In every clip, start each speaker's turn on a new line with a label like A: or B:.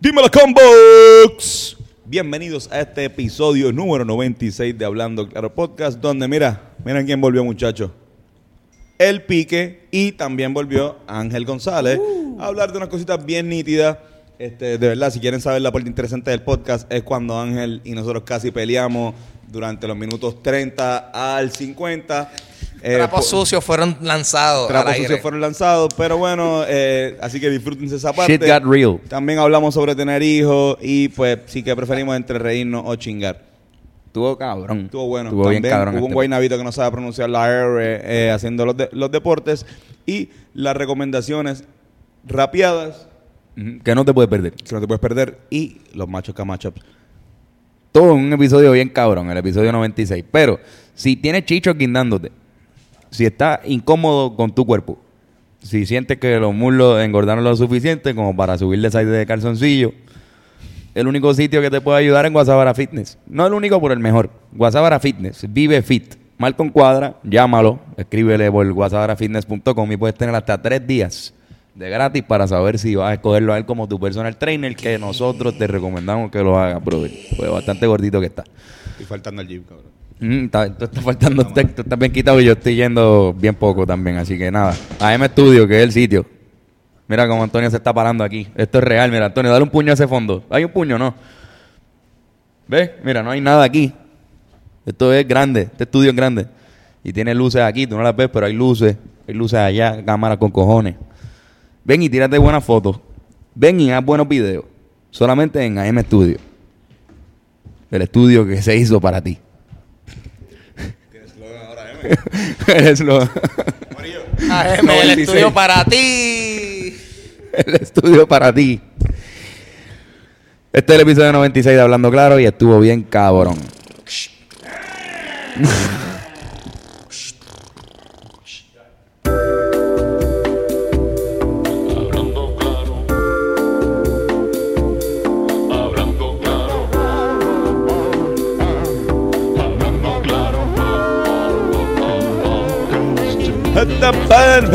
A: Dímelo, Combox. Bienvenidos a este episodio número 96 de Hablando Claro Podcast, donde mira, miren quién volvió, muchachos. El Pique y también volvió Ángel González a hablar de unas cositas bien nítidas. Este, de verdad, si quieren saber la parte interesante del podcast, es cuando Ángel y nosotros casi peleamos durante los minutos 30 al 50. Eh,
B: Trapos
A: po-
B: sucios fueron lanzados.
A: Trapos
B: al aire.
A: sucios fueron lanzados, pero bueno, eh, así que disfrútense esa parte.
C: Shit got real.
A: También hablamos sobre tener hijos y pues sí que preferimos entre reírnos o chingar.
C: Estuvo cabrón.
A: Estuvo bueno.
C: Estuvo
A: También
C: bien cabrón.
A: hubo un
C: este
A: guaynabito que no sabe pronunciar la R eh, haciendo los, de- los deportes y las recomendaciones rapeadas
C: Ujú, Que no te puedes perder.
A: que no te puedes perder y los machos camachops.
C: Todo un episodio bien cabrón, el episodio 96. Pero si tienes chicho guindándote, si estás incómodo con tu cuerpo, si sientes que los muslos engordaron lo suficiente como para subirle size de calzoncillo, el único sitio que te puede ayudar es Guasabara Fitness. No el único, pero el mejor. Guasabara Fitness, vive fit. Malcolm Cuadra, llámalo, escríbele por guasabarafitness.com y puedes tener hasta tres días de gratis para saber si vas a escogerlo a él como tu personal trainer, que nosotros te recomendamos que lo hagas, brother. Pues bastante gordito que está.
A: Estoy faltando al gym, cabrón.
C: Mm, está- tú estás faltando, tú estás bien quitado y yo estoy yendo bien poco también, así que nada. AM Studio, que es el sitio. Mira cómo Antonio se está parando aquí. Esto es real, mira, Antonio, dale un puño a ese fondo. Hay un puño, ¿no? ¿Ves? Mira, no hay nada aquí. Esto es grande, este estudio es grande. Y tiene luces aquí, tú no las ves, pero hay luces. Hay luces allá, cámaras con cojones. Ven y tírate buenas fotos. Ven y haz buenos videos. Solamente en AM Studio. El estudio que se hizo para ti. Eres lo-
B: AM, el
C: 96.
B: estudio para ti.
C: el estudio para ti. Este es el episodio 96 de Hablando Claro y estuvo bien cabrón.
D: Hablando claro, hablando claro, hablando claro,
A: Hasta pan,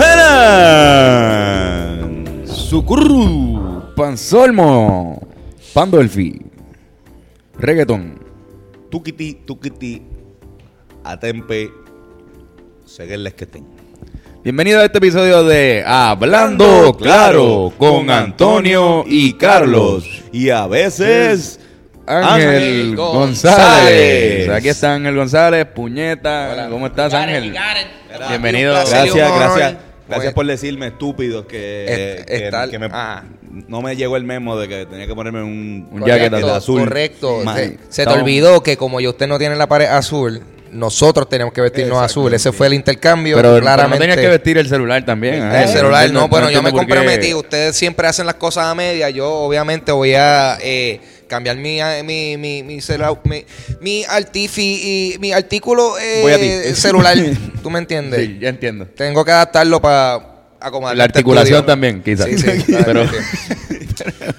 A: pan.
C: Sucurru, Pansolmo, Pandolfi, Reggaeton.
A: Tuquiti, tuquiti, atempe, seguirles que estén.
C: Bienvenido a este episodio de Hablando Claro con Antonio y Carlos.
A: Y a veces.
C: Ángel
B: Ángel
C: González.
A: González.
C: Aquí está Ángel González, puñeta. ¿Cómo estás,
B: Got it,
C: Ángel?
B: got it.
C: Bienvenido.
B: Un placer y un
A: Gracias,
B: honor.
A: gracias. Gracias
C: Pues-
A: por decirme, estúpido, Eh, que,
C: Est-
A: que-
C: estar-
A: que me-
C: ah.
A: no me llegó el memo de que tenía que ponerme un,
C: Un
A: jacket
C: jacket
B: Correcto,
C: azul.
B: Correcto.
C: Man,
B: se, se te
C: estamos-
B: olvidó que como ya usted no tiene la pared azul, nosotros tenemos que vestirnos
A: Exacto,
B: azul. Ese
A: sí.
B: fue el intercambio.
C: Pero, pero no
B: claramente.
C: tenías que vestir el celular también. Ángel.
B: El celular,
C: Ah, entiendo-
B: no, bueno, yo me
C: entiendo por qué.
B: comprometí. Ustedes siempre hacen las cosas a media. Yo, obviamente, voy a eh, cambiar mi, eh, mi, mi, mi, celu- mi, mi artifi- y- mi artículo eh,
C: Voy a ti.
B: celular. ¿Tú me entiendes?
C: Sí, ya entiendo.
B: Tengo que adaptarlo para acomodar
C: La articulación también, quizás.
B: Sí, sí, está
C: Pero-
B: bien.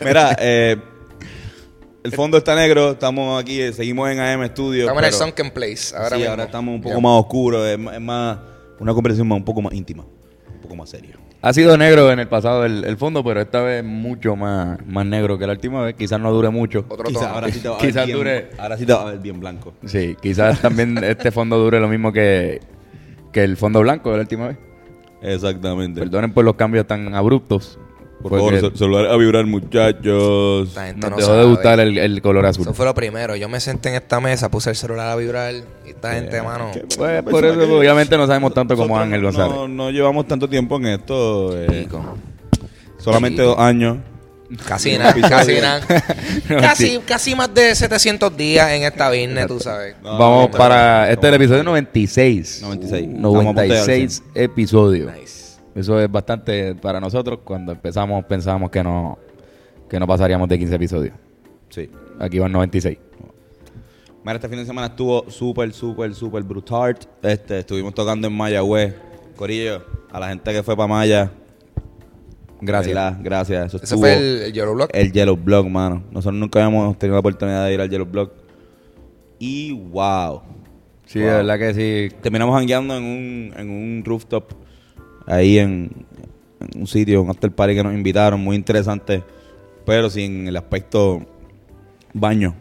A: Mira, eh, el fondo está negro, estamos aquí, eh, seguimos en AM Studio.
B: Estamos en el
A: pero-
B: Sunken Place. Ahora
A: sí,
B: mismo.
A: ahora estamos un poco
B: Ya.
A: más oscuros, es, ma- es más, una conversación más, un poco más íntima, un poco más seria.
C: Ha sido negro en el pasado el, el fondo, pero esta vez mucho más, más negro que la última vez. Quizás no dure mucho.
B: Otro
A: Quizás
B: tono.
A: ahora sí te va a ver
C: Quizás
A: bien-
C: dure-
A: ahora sí te va a ver bien blanco.
C: Sí, quizás también este fondo dure lo mismo que, que el fondo blanco de la última vez.
A: Exactamente.
C: Perdonen por los cambios tan abruptos.
A: Por
C: Fue
A: favor,
C: que
A: cel- celular a vibrar, muchachos.
B: Esta gente
C: nos
B: no
C: dejó
B: sabe.
C: de gustar el, el color azul.
B: Eso fue lo primero. Yo me senté en esta mesa, puse el celular a vibrar. Y esta gente,
A: Eh,
B: mano.
C: Pues, por eso, obviamente, no sabemos tanto como
A: Nosotros
C: Ángel
A: no-
C: González.
A: No, no llevamos tanto tiempo en esto. eh,
B: Pico.
A: solamente
B: Pico.
A: dos años.
B: Casi nada,
A: episodio.
B: casi nada.
C: No,
B: casi,
C: sí.
B: casi más de 700 días en esta business, tú sabes.
A: No,
C: Vamos
A: no, no,
C: para. este es
A: no.
C: el episodio 96.
A: 96. Vamos a puntear al
C: 96 episodios.
B: Nice.
C: Eso es bastante para nosotros. Cuando empezamos pensábamos que no, que no pasaríamos de 15 episodios.
A: Sí.
C: Aquí van 96.
A: Mira, este fin de semana estuvo súper, súper, súper brutal. Este, estuvimos tocando en Mayagüez. Corillo, a la gente que fue para Maya.
C: Gracias.
A: ¿verdad? Gracias. Eso
B: Ese
A: estuvo
B: fue el, el Yellow Block.
C: Eh,
A: el Yellow Block, mano. Nosotros nunca habíamos tenido la oportunidad de ir al Yellow Block. Y wow.
C: Sí,
A: Wow.
C: de verdad que sí.
A: Terminamos jangueando en un, en un rooftop ahí en, en un sitio, un after party que nos invitaron, muy interesante. pero sin el aspecto baño.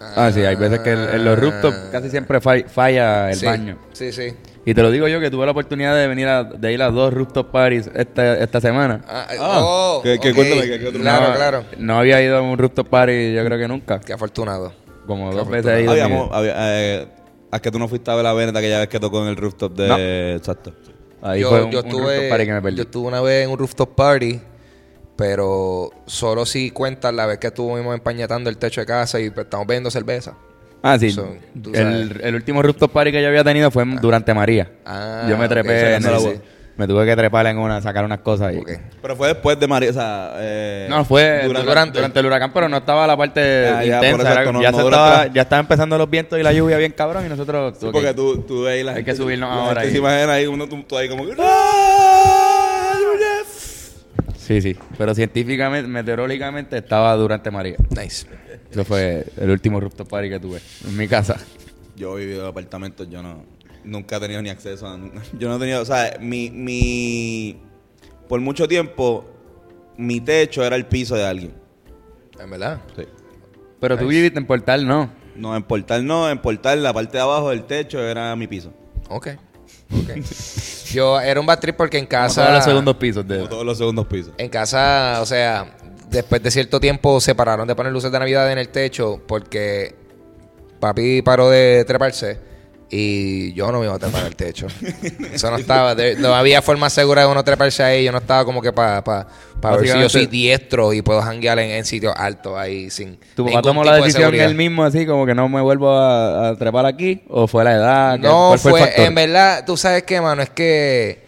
C: Ah, sí, hay veces que el- en los rooftops casi siempre fa- falla el
B: Ah, Sí,
C: baño.
B: Sí, sí.
C: Y te lo digo yo que tuve la oportunidad de venir a, de ir a dos rooftop parties esta, esta semana.
B: Ah,
A: Ah,
B: oh,
A: que- que
B: ok.
A: cuéntame, que- que otro-
B: Claro,
C: no,
B: claro.
C: No había ido a un rooftop party yo creo que nunca.
B: Qué afortunado.
C: Como
B: Qué
C: dos veces
B: afortunado.
C: he ido. en mi
A: Habíamos,
C: vida.
A: había, eh, es que tú no fuiste a ver la Veneta aquella vez que tocó en el rooftop de...
C: No.
A: Exacto.
C: Ahí
B: yo,
C: fue un,
B: yo
C: un rooftop party que me
B: estuve,
C: perdí.
B: yo estuve una vez en un rooftop party, pero solo si cuentas la vez que estuvimos empañetando el techo de casa y pues, estamos bebiendo cerveza.
C: Ah, sí.
B: So, tú sabes.
C: el, el último rooftop party que yo había tenido fue en- durante María.
B: Ah,
C: yo me
B: ok,
C: trepé.
B: o sea,
C: en
A: no
C: el-
A: la-
C: Me tuve que trepar en una, sacar unas cosas. eh, ahí.
B: Ok.
A: Pero fue después de María, o sea, eh,
C: No, fue
A: durante-
C: durante, durante el huracán, pero no estaba la parte
A: Ah, ya, por eso
C: intensa. era-
A: esto no-
C: ya,
A: no
C: se
A: durante
C: estaba,
A: la-
C: ya estaba empezando los vientos y la lluvia bien cabrón y nosotros...
A: Sí,
C: ok.
A: porque tú, tú ahí la
C: Hay
A: gente-
C: que subirnos
A: la
C: ahora
A: gente
C: ahí.
A: se imagina ahí, uno tú, tú ahí como que... ¡Ay, yes!
C: Sí, sí. Pero científicamente, meteorológicamente estaba durante María.
B: Nice.
C: Eso fue el último rooftop party que tuve en mi casa.
A: Yo he vivido en apartamentos, yo no. Nunca he tenido ni acceso a. Yo no he tenido. O sea, mi. mi por mucho tiempo, mi techo era el piso de alguien.
B: En verdad.
C: Pero tú viviste en Portal, ¿no?
A: No, en portal no, en portal la parte de abajo del techo era mi piso.
B: Ok. Ok. yo era un bad trip porque en
C: Como todos
B: casa.
C: los segundos pisos. De...
A: Como todos los segundos pisos.
B: En casa, o sea, después de cierto tiempo se pararon de poner luces de Navidad en el techo porque papi paró de treparse y yo no me iba a trepar al techo. Eso no estaba, de- no había forma segura de uno treparse ahí. Yo no estaba como que para ver si yo
C: Básicamente-
B: soy diestro y puedo janguear en, en sitios altos ahí sin.
C: ¿Tu papá
B: ningún
C: tomó la
B: tipo de
C: decisión
B: seguridad.
C: él mismo así como que no me vuelvo a, a trepar aquí? ¿O fue la edad? ¿Qué-
B: No,
C: Ah, cuál
B: fue,
C: el factor?
B: en verdad, tú sabes qué, mano, es que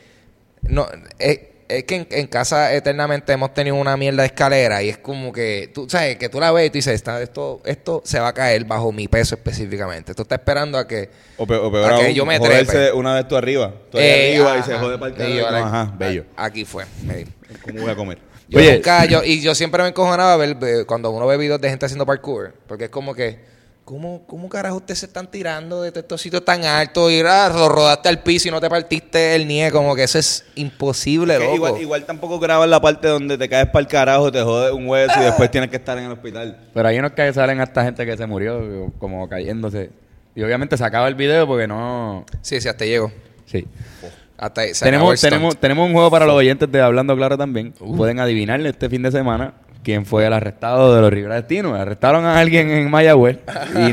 B: no es, es que en, en casa eternamente hemos tenido una mierda de escalera y es como que tú sabes que tú la ves y tú dices, "Está- esto esto se va a caer bajo mi peso específicamente. Tú estás esperando a que
A: O pe- o peor,
B: Ok,
A: aún,
B: yo me
A: joderse
B: trepe.
A: una vez tú arriba. Tú ahí
B: eh,
A: arriba y
B: ajá,
A: se jode para el
B: y yo,
A: carajo. No,
B: like,
A: Ajá, bello.
B: a- Aquí fue. me-
A: ¿Cómo voy a comer?
B: Yo
C: Oye.
B: nunca- yo- y yo siempre me encojonaba ver, ver cuando uno ve videos de gente haciendo parkour, porque es como que, ¿cómo, cómo carajo ustedes se están tirando de estos sitios tan altos y ah, lo rodaste al piso y no te partiste el nie? Como que eso es imposible,
A: Que
B: loco.
A: igual, igual tampoco grabas la parte donde te caes para el carajo, te jode un hueso y después tienes que estar en el hospital.
C: Pero hay unos que salen hasta gente que se murió como cayéndose. Y obviamente se acaba el video porque no...
B: Sí, sí, hasta ahí llego.
C: Sí.
B: Hasta ahí, se acabó el stunt.
C: tenemos,
B: Uh.
C: tenemos, tenemos un juego para los oyentes de Hablando Claro también. Pueden adivinarle este fin de semana quién fue el arrestado de los Rivera Destino. Arrestaron a alguien en Mayagüez y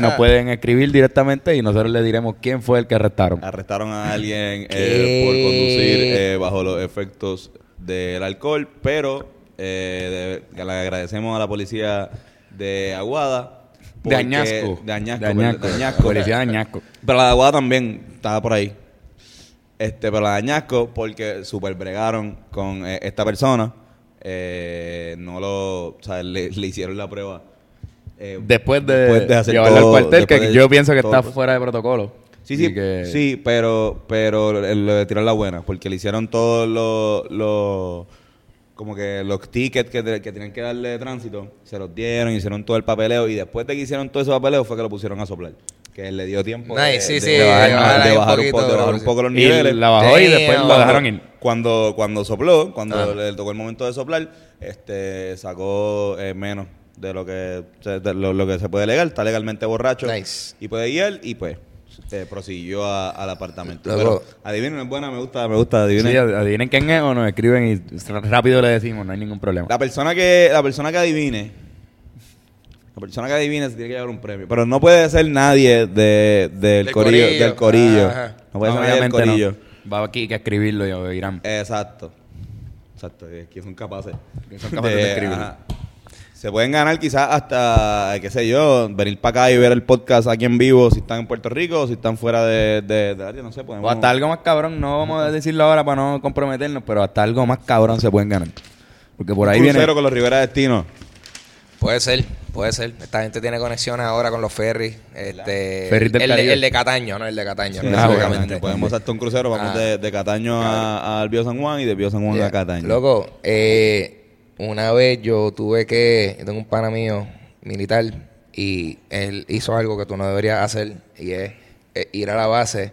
C: nos pueden escribir directamente y nosotros le diremos quién fue el que arrestaron.
A: Arrestaron a alguien eh,
B: ¿Qué?
A: por conducir eh, bajo los efectos del alcohol, pero eh, de- le agradecemos a la policía de Aguada.
C: De
A: porque-
C: Añasco.
A: De Añasco.
C: De Añasco.
A: perdón, de Añasco.
C: Policía de Añasco.
A: Pero la de Aguada también estaba por ahí. Este, pero la de Añasco porque super bregaron con eh, esta persona. Eh, no lo... O sea, le, le hicieron la prueba. eh,
C: Después de,
A: hacer
C: llevarlo
A: todo-
C: al cuartel,
A: después
C: que
A: de
C: yo pienso que
A: todo
C: está
A: el proceso.
C: fuera de protocolo.
A: Sí,
C: Y
A: sí,
C: que-
A: sí, pero, pero lo de tirar la buena, porque le hicieron todos los, los- como que los tickets que, te- que tenían que darle de tránsito, se los dieron, hicieron todo el papeleo, y después de que hicieron todo ese papeleo fue que lo pusieron a soplar, que le dio tiempo
B: Nice,
A: de,
B: sí,
A: de-
B: sí,
A: de bajar,
B: de bajar
A: de
B: ahí un
A: bajar un, po-
B: poquito,
A: de bajar un
B: sí.
A: poco los
C: Y
A: niveles.
C: la bajó y después
B: Damn.
C: lo dejaron ir.
A: Cuando, cuando sopló, cuando
B: Ah.
A: le tocó el momento de soplar, este sacó eh, menos de lo que se- de lo, lo que se puede legal, está legalmente borracho
B: Nice.
A: y puede guiar y pues eh, prosiguió a- al apartamento.
B: Luego-
A: Pero adivinen, es buena, me gusta, me gusta, adivinen.
C: Sí, adivinen quién es o nos escriben y r- rápido le decimos, no hay ningún problema.
A: la persona que la persona que adivine la persona que adivine se tiene que llevar un premio, pero no puede ser nadie de, del,
B: Del
A: corillo,
B: corillo. Ah,
A: del corillo.
B: Ajá.
A: No puede
C: No,
A: ser nadie del
C: obviamente no.
A: corillo. Eh,
C: Va aquí que a escribirlo y a- irán.
A: Exacto. Exacto, es que son capaces.
C: Que son capaces de escribir.
A: ajá. Se pueden ganar quizás hasta, eh, qué sé yo, venir para acá y ver el podcast aquí en vivo si están en Puerto Rico o si están fuera de, de, de área, no sé. Podemos...
C: O hasta algo más cabrón, no vamos a decirlo ahora para no comprometernos, pero hasta algo más cabrón se pueden ganar. Porque por ahí
A: Un crucero
C: viene.
A: con los Rivera Destino.
B: Puede ser, puede ser. Esta gente tiene conexiones ahora con los ferries. Este,
C: Ferries del
B: el, de,
C: Caribe.
B: el de Cataño, no el de
A: Sí,
B: Cataño.
C: ah, bueno,
A: Cataño.
B: específicamente.
A: Podemos hacer hasta un crucero, vamos
B: Ah.
A: de, de Cataño a- al Bío San Juan y de Bío San Juan a
B: Yeah.
A: Cataño.
B: Loco, eh, una vez yo tuve que. Yo tengo un pana mío militar y él hizo algo que tú no deberías hacer y es eh, ir a la base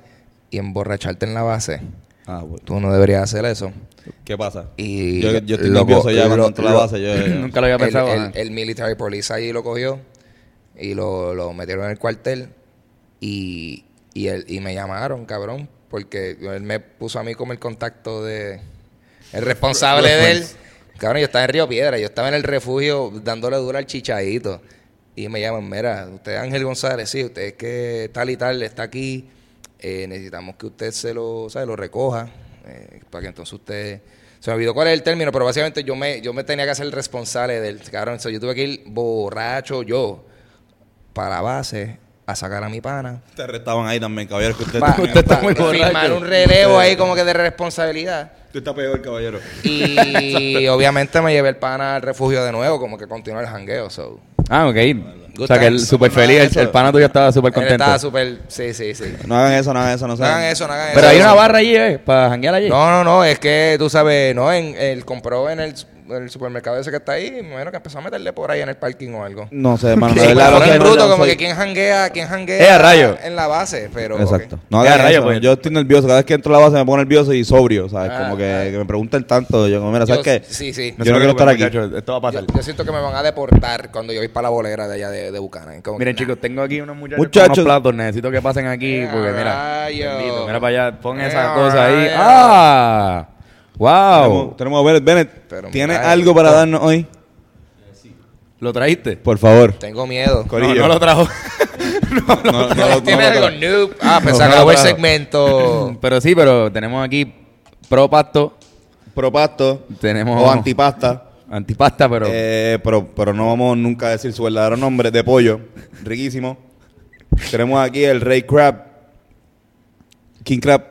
B: y emborracharte en la base
A: Ah, bueno.
B: Tú no deberías hacer eso.
A: ¿Qué pasa?
B: Y
A: yo, yo estoy
B: loco,
A: nervioso ya
B: lo-
A: cuando entro a la
B: lo-
A: base. Yo, yo-
C: Nunca lo había
B: El-
C: pensado.
B: El,
C: ah.
B: el military police ahí lo cogió y lo, lo metieron en el cuartel y, y, él- y me llamaron, cabrón, porque él me puso a mí como el contacto de... El responsable de él. Cabrón, yo estaba en Río Piedra, yo estaba en el refugio dándole duro al chichadito. Y me llaman, mira, usted es Ángel González, sí, usted es que tal y tal está aquí. eh, necesitamos que usted se lo, ¿sabe? lo recoja eh, para que entonces usted... Se me olvidó cuál es el término, pero básicamente yo me, yo me tenía que hacer el responsable del cabrón. So, yo tuve que ir borracho yo para la base a sacar a mi pana.
A: Te arrestaban ahí también, caballero. Que usted,
B: Para
A: también-
C: muy borracho.
B: pues, firmar un relevo ahí como que de responsabilidad.
A: Usted está peor, caballero.
B: Y obviamente me llevé el pana al refugio de nuevo, como que continuó el jangueo. So.
C: Ah, ok. O sea, que él súper feliz. El, el pana tuyo estaba súper
B: Él estaba
C: contento.
B: súper. Sí, sí, sí.
A: No hagan eso, no hagan eso, no,
B: No
A: sean-
B: hagan eso, no hagan eso.
C: Pero hay una barra allí, ¿eh? Para janguear allí.
B: No, no, no, es que tú sabes, no, en, él compró en el, el supermercado ese que está ahí, y me imagino que empezó a meterle por ahí en el parking o algo.
A: No sé, hermano.
B: Sí,
A: de verdad,
B: pero
A: no sé,
B: en
A: no,
B: bruto,
A: yo
B: como
A: soy-
B: que quién janguea, quién janguea
C: Eh, a rayo.
B: en la base, pero.
A: Exacto.
B: ok.
A: No
C: Ya,
A: hagan
C: rayo,
A: eso.
C: pues.
A: Yo estoy nervioso. Cada vez que entro a la base me pongo nervioso y sobrio, ¿sabes?
B: Ah,
A: como que,
B: ah.
A: que me preguntan tanto. Yo, como, mira, ¿sabes
B: Yo-
A: qué?
B: sí, sí.
A: Yo no quiero estar aquí.
C: Esto va a
B: Yo,
C: pasar.
B: yo siento que me van a deportar cuando yo voy para la bolera de allá de, de Bucanan. Como que,
C: Miren,
B: nah.
C: chicos, tengo aquí unos muchachos,
A: Muchachos.
C: con unos platos. Necesito que pasen aquí
B: Eh,
C: porque, mira,
B: rayo.
C: bendito, mira para allá. Pon
B: Eh,
C: esas cosas ahí.
B: rayo.
C: ¡Ah!
A: Tenemos,
C: ¡Wow!
A: tenemos a Bennett. Bennett,
B: Pero,
A: ¿tienes
B: mira,
A: algo para
B: esto-
A: darnos hoy?
C: ¿Lo trajiste?
A: Por favor.
B: Tengo miedo.
A: Corillo.
C: No, no lo trajo.
A: No, no, no, no,
B: Tiene
A: no,
B: algo
A: no.
B: noob. Ah,
C: No,
B: pensaba
C: no,
B: que el
C: claro.
B: segmento.
C: pero sí, pero tenemos aquí pro pasto,
A: Propasto
C: Tenemos-
A: o antipasta.
C: antipasta, pero...
A: Eh, pero, pero no vamos nunca a decir su verdadero nombre de pollo. Riquísimo. Tenemos aquí el Rey Crab, King Crab.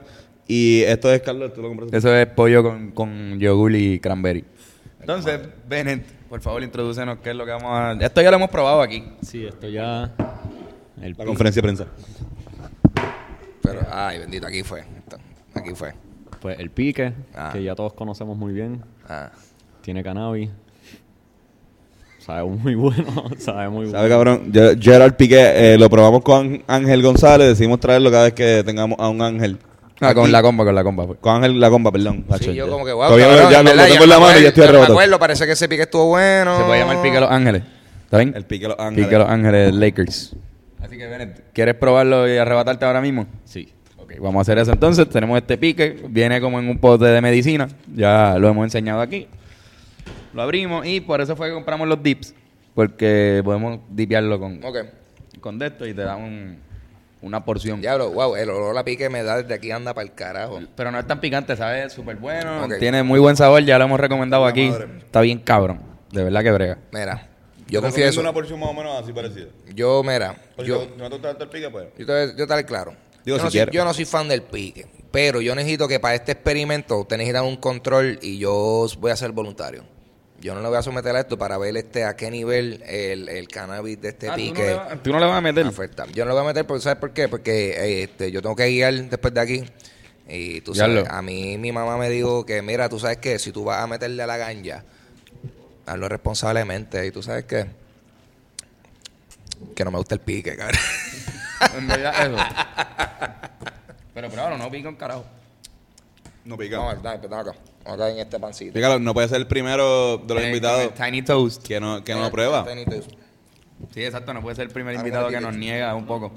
A: Y esto es Carlos, tú lo compraste.
C: Eso es pollo con, con yogur y cranberry. Entonces, Bennett, por favor, introdúcenos qué es lo que vamos a... Esto ya lo hemos probado aquí.
E: Sí, esto ya. El
A: La
E: pi-
A: conferencia de prensa.
B: Pero, ay, bendito, aquí fue. Aquí fue.
E: Pues el pique,
B: Ah.
E: que ya todos conocemos muy bien.
B: Ah.
E: Tiene cannabis. Sabe muy bueno. Sabe muy
A: ¿Sabe,
E: bueno.
A: cabrón? Ger- Gerard Piqué, eh, lo probamos con Ángel González. Decidimos traerlo cada vez que tengamos a un Ángel.
C: Ah, con
A: Aquí.
C: la comba, con la comba. pues. fue.
A: Con Ángel La Comba, perdón. macho,
B: Sí, yo
A: ya.
B: como que wow.
A: Todavía
B: cabrón,
A: ya lo-
B: verdad,
A: lo tengo en la
B: me
A: mano y ya estoy
B: acuerdo, no me
A: arrebatado.
B: acuerdo, parece que ese pique estuvo bueno.
C: Se puede llamar pique Los Ángeles. ¿Está bien?
A: El Piqué Los Ángeles.
C: Pique Los Ángeles Lakers. Así que, Bennett, ¿quieres probarlo y arrebatarte ahora mismo?
E: Sí.
C: Ok, vamos a hacer eso entonces. Tenemos este pique, viene como en un pote de medicina, ya lo hemos enseñado aquí. Lo abrimos y por eso fue que compramos los dips, porque podemos dipearlo con,
B: Ok.
C: con de esto y te da un- una porción.
B: Diablo, wow, el olor a pique me da desde aquí anda para el carajo.
C: Pero no es tan picante, ¿sabes? Súper bueno.
B: Ok.
C: Tiene muy buen sabor, ya lo hemos recomendado aquí.
B: madre.
C: Está bien cabrón, de verdad que brega.
B: Mira, yo
A: Te
B: confieso.
A: recomiendo una porción más o menos así parecida.
B: Yo, mira,
A: Porque
B: yo,
A: si no te gusta tanto el pique, pues.
B: yo, te, yo te haré claro.
A: Digo,
B: yo, no
A: si
B: soy,
A: quieres.
B: yo no soy fan del pique, pero yo necesito que para este experimento ustedes necesitan un control y yo voy a ser voluntario. Yo no le voy a someter a esto para ver este a qué nivel el, el cannabis de este
C: Ah, tú, no
B: pique
C: le vas, tú no le vas a meter.
B: afecta. Yo no lo voy a meter, porque, ¿sabes por qué? Porque eh, este, yo tengo que guiar después de aquí. Y tú
C: Ya
B: sabes,
C: lo.
B: a mí mi mamá me dijo que, mira, tú sabes que si tú vas a meterle a la ganja, hazlo responsablemente. Y tú sabes que que no me gusta el pique, cabrón.
C: En verdad, eso. Pero, pero ahora no pica un carajo.
A: No
B: Vamos a
A: pica.
B: ver, dale, pues, dame acá. Vamos acá en este pancito.
A: Pícalo, no puede ser el primero de los
C: Eh,
A: invitados
C: Tiny Toast.
A: que no, que no
B: Este
A: lo prueba.
B: Tenis, tenis.
C: Sí, exacto, no puede ser el primer
B: Ah,
C: invitado que
B: bueno,
C: nos
B: tiene-
C: niega un poco.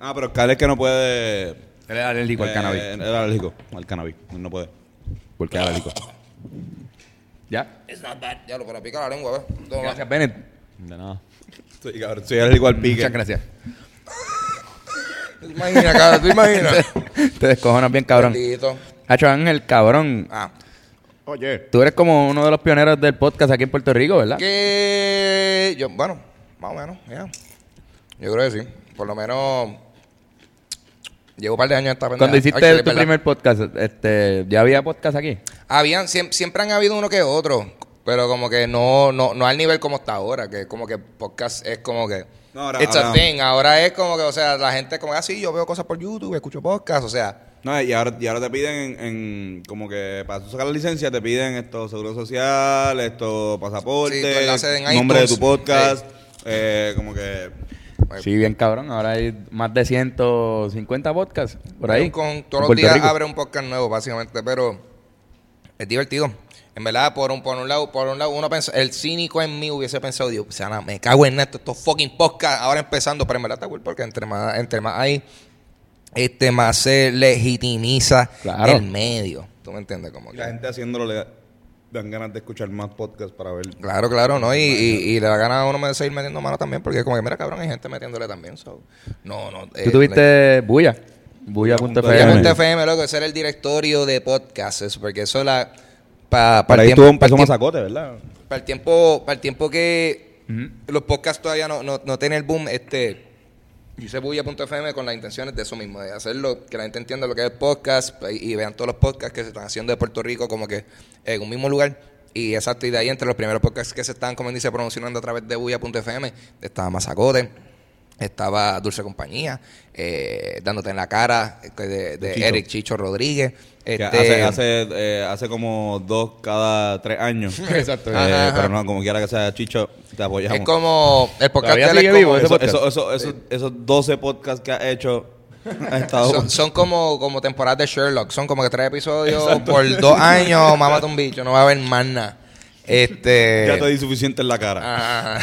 A: Ah, pero Oscar es que no puede.
C: Él es alérgico al
A: eh,
C: cannabis.
A: Era alérgico al cannabis. No puede. Porque era alérgico.
C: ¿Ya?
B: It's not bad. Ya lo para picar la lengua, ¿ves? Toma.
C: Gracias, Bennett.
E: De nada.
A: Soy, cabrón, soy alérgico al pique.
C: Muchas gracias.
B: ¿Tú imaginas, cabrón? ¿Tú imaginas?
C: Te descojonas bien, cabrón.
B: Bendito.
C: Hacho Ángel, cabrón.
B: Ah.
C: Tú eres como uno de los pioneros del podcast aquí en Puerto Rico, ¿verdad?
B: Que yo, bueno, más o menos, ya. Yo creo que sí. Por lo menos llevo un par de años en esta
C: Cuando
B: pendeja.
C: hiciste
B: Actually,
C: tu
B: es verdad.
C: primer podcast, este, ¿ya había podcast aquí?
B: Habían, siem- siempre, han habido uno que otro, pero como que no, no, no al nivel como está ahora, que como que podcast es como que
A: No, ahora-
B: it's a
A: ahora-
B: thing. Ahora es como que, o sea, la gente como así, yo veo cosas por YouTube, escucho podcast, o sea,
A: No, y ahora, y ahora te piden, en, en- como que para tú sacar la licencia, te piden esto, seguro social, esto, pasaporte,
B: Sí, tu enlace en
A: nombre de
B: iTunes.
A: tu podcast, eh, como que...
C: Sí, bien cabrón. Ahora hay más de 150 podcasts por ahí.
B: Con,
C: en
B: todos los
C: Puerto
B: días
C: Rico.
B: abre un podcast nuevo, básicamente, pero es divertido. En verdad, por un, por un lado, por un lado, uno piensa, el cínico en mí hubiese pensado, Dios, o sea, na, me cago en esto, estos fucking podcasts, ahora empezando, pero en verdad está cool porque entre más, entre más hay, este más se legitimiza
C: Claro.
B: el medio. ¿Tú me entiendes? Como
A: Y
B: que-
A: la gente haciéndolo le da- dan ganas de escuchar más podcasts para ver.
B: Claro, claro, ¿no? Y, y, y le da ganas a uno de seguir metiendo mano también, porque como que, mira, cabrón, hay gente metiéndole también. so. No, no. eh,
C: Tú tuviste Bulla.
B: Bulla punto
C: Bulla.fm.
B: FM, loco, ese era el directorio de podcasts, porque eso la... pa-
A: Para
B: el
A: ahí
B: tiempo-
A: estuvo un peso
B: el
A: más
B: tiempo-
A: sacote, ¿verdad?
B: para el tiempo, para el tiempo que los podcasts todavía no, no, no tienen el boom, este yo hice bulla.fm con las intenciones de eso mismo, de hacerlo, que la gente entienda lo que es podcast y, y vean todos los podcasts que se están haciendo de Puerto Rico como que en un mismo lugar. Y exacto, y de ahí entre los primeros podcasts que se están, como dice, promocionando a través de bulla.fm, estaba Mazacote, estaba Dulce Compañía, eh, dándote en la cara eh, de, de
A: Chicho.
B: Eric Chicho Rodríguez.
A: Que
B: este-
A: hace, hace, eh, hace como dos cada tres años.
B: Exacto.
A: Eh,
B: Ajá, ajá.
A: Pero no, como quiera que sea Chicho, te apoyamos.
B: es como el podcast de
C: Todavía
B: él es
C: sigue
B: como-
C: vivo, ese
A: Eso-
C: podcast.
A: eso- eso- eso- Esos 12 podcasts que ha hecho ha estado.
B: Son, son como, como temporadas de Sherlock. Son como que tres episodios por dos años. Mámate un bicho, no va a haber más nada. Este.
A: ya te di suficiente en la cara.
B: Ah.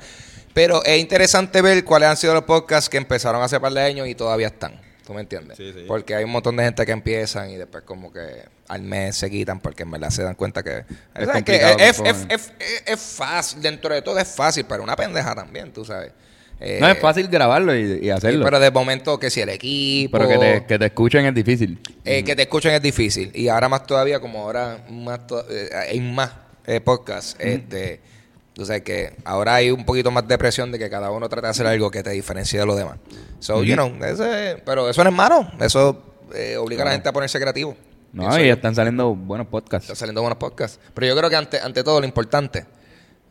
B: Pero es interesante ver cuáles han sido los podcasts que empezaron hace par de años y todavía están. ¿Tú me entiendes?
A: Sí, sí.
B: Porque hay un montón de gente que empiezan y después como que al mes se quitan porque en verdad se dan cuenta que... o sea, que
C: complicado,
B: es,
C: cabrón.
B: es- es- es- es fácil, dentro de todo es fácil, pero una pendeja también, tú sabes. Eh,
C: No es fácil grabarlo y, y
B: sí,
C: hacerlo. pero
B: pero de momento que si el equipo...
C: que, te, que te escuchen es difícil.
B: Eh, que te escuchen es difícil. Y ahora más todavía, como ahora más to- eh, hay más eh, podcasts, este, tú sabes que ahora hay un poquito más de presión de que cada uno trata de hacer algo que te diferencie de los demás. So, you know, ese- pero eso no es malo. Eso eh, obliga a la gente a ponerse creativo.
C: No,
B: Pienso
C: y
B: yo.
C: están saliendo buenos podcasts.
B: Están saliendo buenos podcasts. Pero yo creo que ante, ante todo lo importante,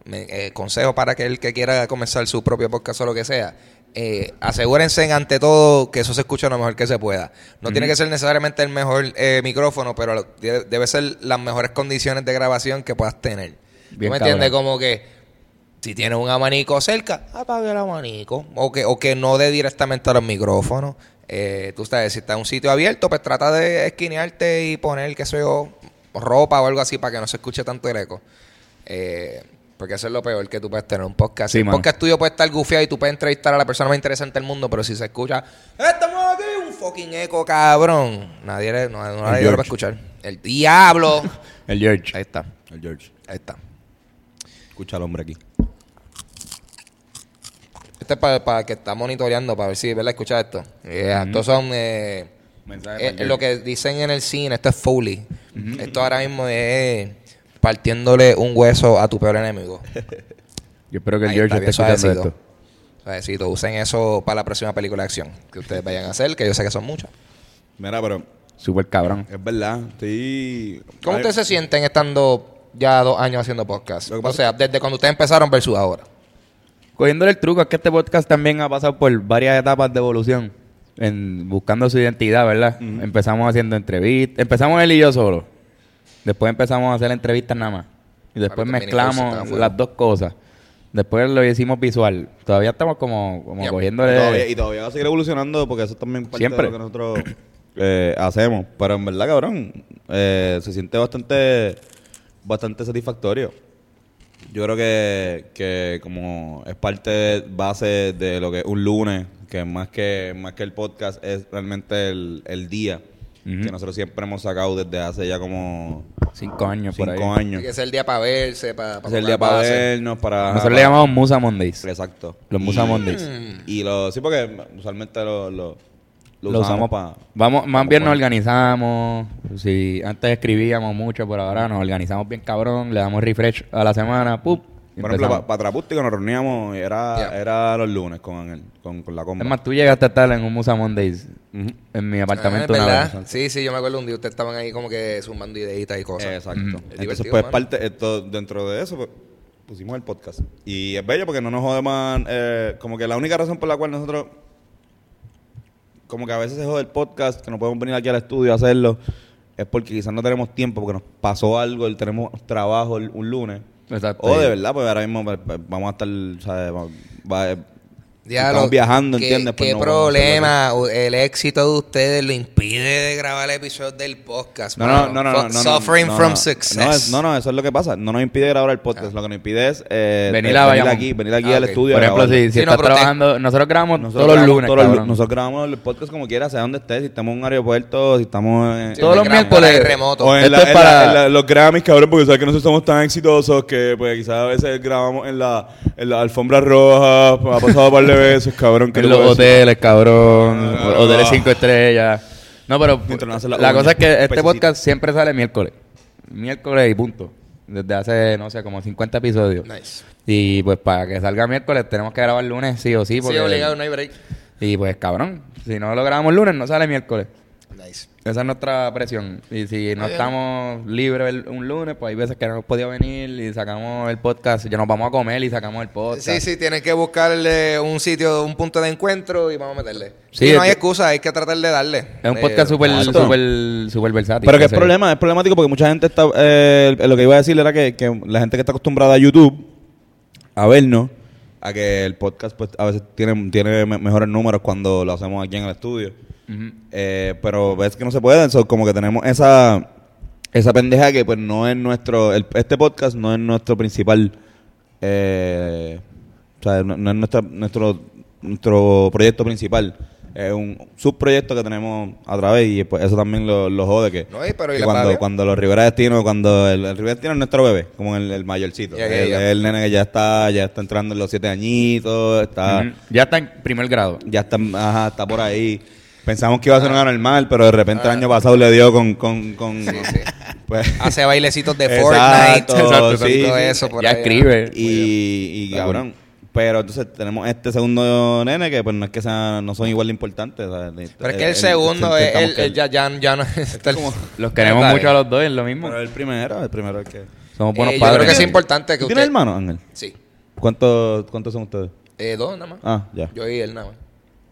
B: me- eh, consejo para aquel que quiera comenzar su propio podcast o lo que sea, eh, asegúrense en ante todo que eso se escuche lo mejor que se pueda. No tiene que ser necesariamente el mejor eh, micrófono, pero lo- de- debe ser las mejores condiciones de grabación que puedas tener. ¿Tú
C: Bien
B: me entiendes?
C: cabrón.
B: Como que si tienes un abanico cerca, apague el abanico. O que, o que no dé directamente a los micrófonos. Eh, tú sabes, si está en un sitio abierto, pues trata de esquinearte y poner, qué sé yo, ropa o algo así para que no se escuche tanto el eco. Eh, porque eso es lo peor que tú puedes tener un podcast.
C: Sí,
B: el
C: mano.
B: podcast tuyo puede estar gufiado y tú puedes entrevistar a la persona más interesante del mundo, pero si se escucha, estamos aquí, un fucking eco, cabrón. Nadie, le- no, no nadie lo va a
A: George.
B: escuchar. El diablo.
C: El George.
B: ahí está,
A: El George.
B: ahí está.
A: Escucha al hombre aquí.
B: Este es para, para el que está monitoreando, para ver si, ¿verdad? Escucha esto. Yeah, Estos son eh,
C: Mensaje
B: eh,
C: para el
B: lo que dicen en el cine, esto es Foley. Esto ahora mismo es partiéndole un hueso a tu peor enemigo.
C: Yo espero que el
B: Ahí
C: George
B: está, bien
C: esté escuchando
B: suavecito.
C: esto.
B: Suavecito, usen eso para la próxima película de acción que ustedes vayan a hacer, que yo sé que son muchas.
A: Mira, pero
C: Súper cabrón.
A: es verdad. Estoy.
B: ¿Cómo
A: Ay,
B: ustedes se sienten estando ya dos años haciendo podcast?
A: Lo que
B: O
A: pasa-
B: sea, desde cuando ustedes empezaron versus ahora.
C: Cogiéndole el truco, es que este podcast también ha pasado por varias etapas de evolución. En, buscando su identidad, ¿verdad? Empezamos haciendo entrevistas. Empezamos él y yo solo. Después empezamos a hacer entrevistas nada más. Y después
B: Papi, también incluso estaba
C: mezclamos
B: fuera.
C: las dos cosas. Después lo hicimos visual. Todavía estamos como, como
B: Ya,
C: cogiéndole...
A: Y todavía, y todavía va a seguir evolucionando porque eso es también parte
C: Siempre.
A: de lo que nosotros eh, hacemos. Pero en verdad, cabrón, eh, se siente bastante, bastante satisfactorio. Yo creo que, que como es parte base de lo que es un lunes, que más que más que el podcast es realmente el, el día que nosotros siempre hemos sacado desde hace ya como
C: Cinco años por ahí.
A: cinco años.
B: Que es el día para verse, para...
A: Es el día para vernos, para...
C: Nosotros le
A: para-
C: llamamos Musa Mondays.
A: Exacto.
C: Los Musa Mondays.
A: Y lo, sí, porque usualmente lo, lo, lo
C: Lo
A: usamos,
C: usamos
A: para.
C: Vamos, más
A: Vamos
C: bien nos
A: por-
C: organizamos. Si antes escribíamos mucho, por ahora nos organizamos bien cabrón, le damos refresh a la semana, ¡pup! y
A: Por ejemplo,
C: empezamos.
A: para Trapústico nos reuníamos y era,
B: Ya.
A: era los lunes con Ángel, con, con la comba.
C: es más, tú llegaste a estar en un Musa Mondays
A: Ujú.
C: en mi
B: Exactamente,
C: apartamento una
B: Eh, ¿verdad?
C: vez.
B: Sí, sí, yo me acuerdo un día ustedes estaban ahí como que sumando ideitas y cosas.
A: Exacto. Entonces,
B: divertido,
A: pues,
B: mano.
A: parte, esto, dentro de eso, pues, pusimos el podcast. Y es bello porque no nos jode más. eh, como que la única razón por la cual nosotros. Como que a veces se jode el podcast, que no podemos venir aquí al estudio a hacerlo, es porque quizás no tenemos tiempo, porque nos pasó algo, el- tenemos trabajo el- un lunes.
C: Exacto.
A: Oh, O de verdad, pues ahora mismo pues, pues, vamos a estar, ¿sabes? Va- va- Estamos viajando,
B: qué-
A: ¿entiendes? Pues
B: ¿Qué
A: no podemos
B: problema? El éxito de ustedes lo impide de grabar episodios del podcast.
A: No, no,
B: mano.
A: no, no,
B: Fuck
A: no, no,
B: Suffering
A: no, no,
B: from
A: no.
B: success.
A: No, es- No, no, eso es lo que pasa. No nos impide grabar el podcast. Lo que nos impide es eh,
C: Venir
A: eh,
C: a Bayamón.
A: aquí, venir aquí
B: Ah,
A: al
B: ok.
A: estudio.
C: Por
A: a
C: ejemplo,
A: grabarlo.
C: si, si
B: Sí, no,
C: estás
B: pero te-
C: trabajando, nosotros grabamos
A: Nosotros
C: todos los
A: grabamos
C: lunes.
A: todos los lu-
C: cabrón.
A: nosotros grabamos el podcast como quiera, sea donde estés. Si estamos en un aeropuerto, si estamos en,
B: Sí,
C: todos los
B: porque grabamos
C: miércoles-
B: en remoto.
A: O en,
C: Esto
A: la-
C: es
A: en la-
C: para-
A: en la- los Grammys, cabrón, porque sabes que nosotros somos tan exitosos que pues quizás a veces grabamos en la, en la alfombra roja, pues, ha pasado un par de veces, cabrón. que
C: En
A: no
C: los
A: puedo decir.
C: hoteles, cabrón.
A: Ah.
C: hoteles cinco estrellas. No, pero
A: Mientras no hace la
C: la,
A: uña,
C: cosa es que este
A: pececito.
C: podcast siempre sale miércoles. Miércoles y punto. Desde hace, no sé, como 50 episodios.
B: Nice.
C: Y pues para que salga miércoles tenemos que grabar lunes sí o sí.
B: Sí,
C: Porque,
B: obligado, no hay break.
C: Y pues cabrón, si no lo grabamos lunes no sale miércoles.
B: Nice.
C: Esa es nuestra presión. Y si no
B: bien.
C: estamos libres el- un lunes, pues hay veces que no hemos podido venir y sacamos el podcast. Ya nos vamos a comer y sacamos el podcast.
B: Sí, sí, tienes que buscarle un sitio, un punto de encuentro y vamos a meterle.
C: Sí,
B: y no
C: es-
B: hay excusa, hay que tratar de darle.
C: Es un
B: Eh,
C: podcast súper
A: exacto.
C: super, super versátil.
A: Pero que es
C: Entonces,
A: problema, es problemático porque mucha gente está. eh, lo que iba a decir era que, que la gente que está acostumbrada a YouTube, a vernos, a que el podcast pues a veces tiene, tiene me- mejores números cuando lo hacemos aquí en el estudio. Eh, pero es que no se puede, so, como que tenemos esa esa pendeja que pues no es nuestro. el- este podcast no es nuestro principal. eh, o sea, no, no es nuestra- nuestro, nuestro proyecto principal. Es un subproyecto que tenemos a través y pues eso también lo, lo jode que,
B: No, y pero, ¿y
A: que
B: la
A: cuando,
B: pavia?
A: cuando los Rivera Destino, cuando el, el Rivera Destino es nuestro bebé, como el, el mayorcito.
B: Ya, ya,
A: el,
B: ya.
A: el nene que ya está, ya está entrando en los siete añitos, está,
C: ujú, Ya está en primer grado.
A: ya está, ajá, está por ahí. Ah. Pensamos que iba a ser un anormal, pero de repente el año pasado le dio con, con, con
B: sí.
A: pues,
B: Hace bailecitos de
A: Exacto,
B: Fortnite.
A: exacto, sí,
B: todo
A: sí.
B: eso por
C: ya
B: ahí,
C: escribe.
A: y, y
C: Está
A: cabrón. Pero entonces tenemos este segundo nene que pues no es que sea, no son igual de importantes. o sea, de- eh,
B: Pero es que el, segundo, es-
A: intentamos
B: el,
A: este, que
B: el- ya, ya, ya no está el-
C: Los queremos
B: Está
C: mucho
B: bien.
C: a los dos, es lo mismo.
A: Pero el primero, el primero es que...
C: Somos
B: Eh,
C: buenos
B: yo
C: padres.
B: creo que es
A: Sí.
B: importante que
A: ¿Tú
B: usted...
A: tienes hermano, Ángel?
B: Sí.
A: ¿Cuántos, ¿Cuántos son ustedes?
B: Eh, dos nada más.
A: Ah, ya.
B: Yo y él nada más.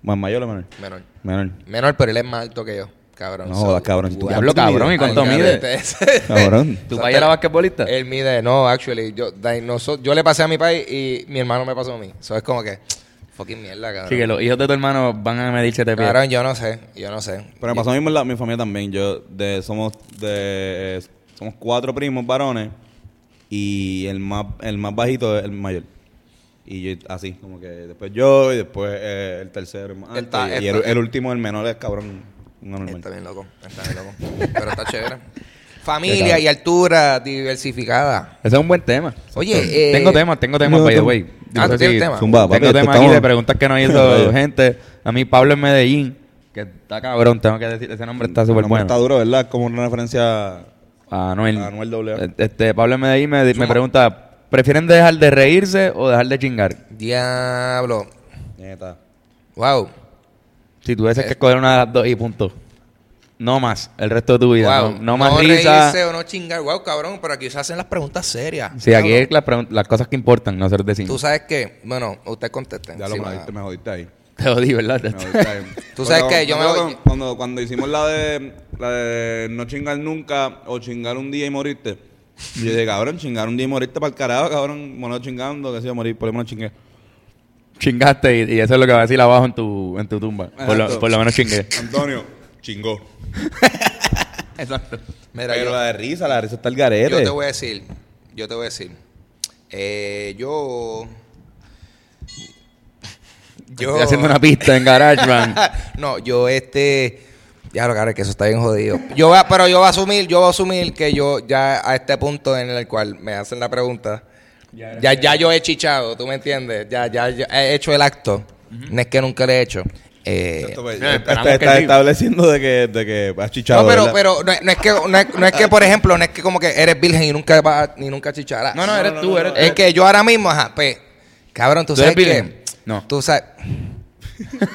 A: ¿Más mayor o menor?
B: Menor.
A: Menor.
B: Menor, pero él es más alto que yo. Cabrón.
A: No jodas, cabrón, si tú-
B: guau.
C: Diablo, cabrón, ¿y cuánto
B: Ay,
C: mide?
B: cabrón, este-
A: Cabrón.
C: ¿Tu país era basquetbolista?
B: Él mide, no, actually. Yo, da- noso- yo le pasé a mi país y mi hermano me pasó a mí. Eso es como que, fucking mierda, cabrón.
C: Así que los hijos de tu hermano van a medirse de pie.
B: Cabrón, yo no sé, yo no sé.
A: Pero me pasó mismo en la, mi familia también. Yo de, somos de eh, somos cuatro primos varones y el más el más bajito es el mayor. Y yo, así, como que después yo y después eh, el tercero el más alto,
B: Está-
A: y,
B: está-
A: y el, el último el menor es cabrón un anormal.
B: Está bien loco, está bien loco. pero está chévere. Familia y altura diversificada.
C: Ese es un buen tema.
B: Oye, eh,
C: tengo temas, tengo temas,
A: no,
C: by the
A: tú-
C: way.
B: Ah,
C: No
B: tú
C: sé
B: tienes
C: si-
B: temas.
A: Zumba, papi,
C: tengo
A: esto
C: temas
A: estamos-
C: aquí de preguntas que no hizo gente. A mí Pablo en Medellín, que está cabrón, tengo que decir, ese nombre está
A: El
C: súper
A: nombre
C: bueno.
A: Está duro, ¿verdad? Como una referencia
C: A Anuel.
A: A Anuel doble A.
C: Eh, Este, Pablo en Medellín me, me pregunta, ¿prefieren dejar de reírse o dejar de chingar?
B: Diablo.
A: neta.
B: Wow.
C: Si
B: Eh.
C: tuvieses que escoger una de las dos y punto. No más, el resto de tu vida.
B: wow.
C: No, no más risa.
B: reírse o no chingar. Wow, cabrón, pero aquí se hacen las preguntas serias.
C: Sí, aquí
B: Diablo.
C: es las, pregun- las cosas que importan, no ser decir.
B: Tú sabes que, bueno, usted conteste.
A: Ya lo
B: Sí,
A: me
B: va.
A: jodiste- me jodiste ahí.
C: Te odio, ¿verdad?
B: Tú sabes que yo me voy-
A: Cuando, cuando, cuando hicimos la de, la de no chingar nunca o chingar un día y morirte, yo dije, cabrón, chingar un día y morirte para el carajo, cabrón, mono chingando, que se iba a morir, por lo menos chingué.
C: Chingaste y, y eso es lo que va a decir abajo en tu, en tu tumba. Por lo,
A: Exacto.
C: por lo menos chingué.
A: Antonio, chingó.
C: Exacto.
B: Mira,
A: Pero
B: yo-
A: la de risa, la de risa está el garete.
B: Yo te voy a decir, yo te voy a decir. Eh, yo. Yo.
C: Estoy haciendo una pista en GarageBand.
B: no, yo este. Ya lo cara, que eso está bien jodido. Yo voy a- pero yo voy a asumir, yo voy a asumir que yo ya a este punto en el cual me hacen la pregunta. Ya, ya, yo he chichado, ¿tú me entiendes? Ya, ya, yo he hecho el acto. No es que nunca lo he hecho. Eh,
A: Esto, pues,
C: Eh,
A: está,
C: esperamos
A: está
C: que sí.
A: estableciendo de que, de que has chichado.
B: no, pero,
A: ¿verdad?
B: pero no, es- no es que, no es, no es que, por ejemplo, no es que como que eres virgen y nunca vas, ni nunca chicharás.
C: No, no, eres
A: no,
C: tú,
A: no,
C: eres
A: no,
C: tú.
B: Es que yo ahora mismo, ajá, pues, cabrón, tú
C: ¿Tú eres
B: sabes que.
C: virgen? No.
B: Tú sabes.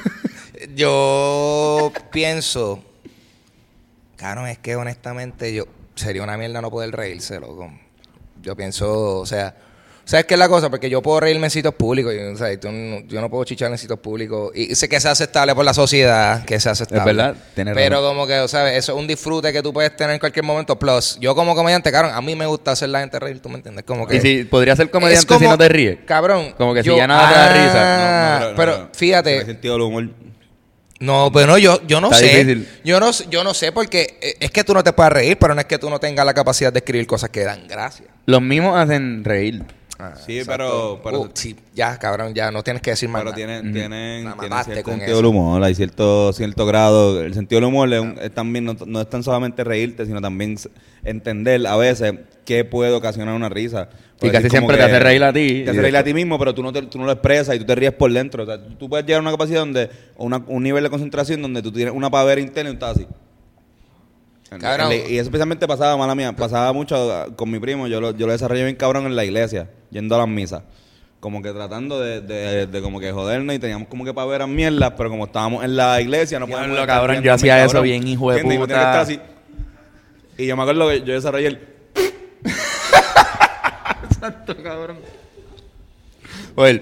B: yo pienso. Cabrón, es que honestamente yo. Sería una mierda no poder reírse, loco. Yo pienso, o sea. ¿Sabes qué es la cosa? Porque yo puedo reírme en sitios públicos. Yo, o sea, tú no- yo no puedo chichar en sitios públicos. Y sé que sea aceptable por la sociedad, que sea aceptable.
C: verdad, tienes
B: Pero
C: razón.
B: como que, ¿sabes? Eso es un disfrute que tú puedes tener en cualquier momento. Plus, yo como comediante, cabrón, a mí me gusta hacer la gente reír, ¿tú me entiendes? Como que...
C: Y si podría ser
B: Es
C: comediante
B: como-
C: si no te ríes.
B: Cabrón.
C: Como que si
B: yo-
C: ya nada te da risa.
B: Ah, pero fíjate.
A: El sentido del humor.
B: No, bueno, yo, yo no
C: Está
B: sé.
C: difícil.
B: Yo no sé- yo no sé porque eh, es que tú no te puedes reír, pero no es que tú no tengas la capacidad de escribir cosas que dan gracia.
C: Los mismos hacen reír.
B: Ah,
A: Sí, pero- pero-
B: Uh, sí, ya, cabrón, ya no tienes que decir más.
A: Pero
B: nada.
A: tienen,
C: Ujú.
A: tienen,
B: La
A: tienen
B: mamaste
A: cierto
B: con
A: sentido
B: eso.
A: del humor, hay cierto, cierto grado. El sentido del humor es, un- es también, no, no es tan solamente reírte, sino también s- entender a veces qué puede ocasionar una risa.
C: Y
A: Por
C: casi
A: decir, como
C: siempre te
A: que-
C: hace reír a ti.
A: Te hace reír a ti mismo, pero tú no, te- tú no lo expresas y tú te ríes por dentro. O sea, tú puedes llegar a una capacidad donde, una- un nivel de concentración donde tú tienes una pavera interna y tú estás así.
B: Cabrón.
A: Y eso especialmente pasaba, mala mía, pasaba mucho ah, con mi primo. Yo lo, yo lo desarrollé bien cabrón en la iglesia, yendo a las misas. Como que tratando de, de- de como que jodernos y teníamos como que paveras mierdas, pero como estábamos en la iglesia, no
C: Diablo,
A: podíamos. estar
C: cabrón, yo
A: riéndome,
C: hacía eso bien, hijo de
A: ¿Entiendes? Y me tenía
C: puta.
A: que estar así. Y yo me acuerdo que yo desarrollé el.
C: O el-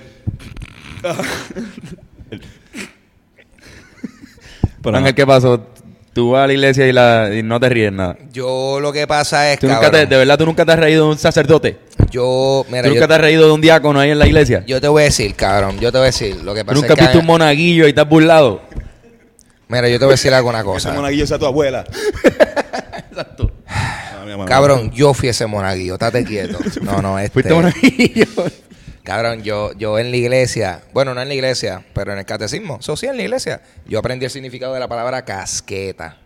A: Pero
C: Ángel,
A: no.
C: ¿qué pasó? Tú vas a la iglesia y, la, y no te ríes nada.
B: Yo lo que pasa es
C: ¿Tú
B: que.
C: nunca te- ¿De verdad tú nunca te has reído de un sacerdote?
B: Yo, mira,
C: ¿Tú
B: yo,
C: nunca te has reído de un diácono ahí en la iglesia?
B: yo te voy a decir, cabrón, yo te voy a decir lo que
C: ¿Tú
B: pasa.
C: nunca
B: es
C: has
B: que-
C: visto un monaguillo y te has burlado?
B: Mira, yo te voy a decir alguna
A: Ese
B: cosa.
A: monaguillo sea tu abuela. Exacto.
B: Cabrón, yo fui ese monaguillo, estate quieto. No, no, este.
C: ¿Fuiste monaguillo?
B: Cabrón, yo, yo en la iglesia, bueno, no en la iglesia, pero en el catecismo, eso sí, en la iglesia, yo aprendí el significado de la palabra casqueta.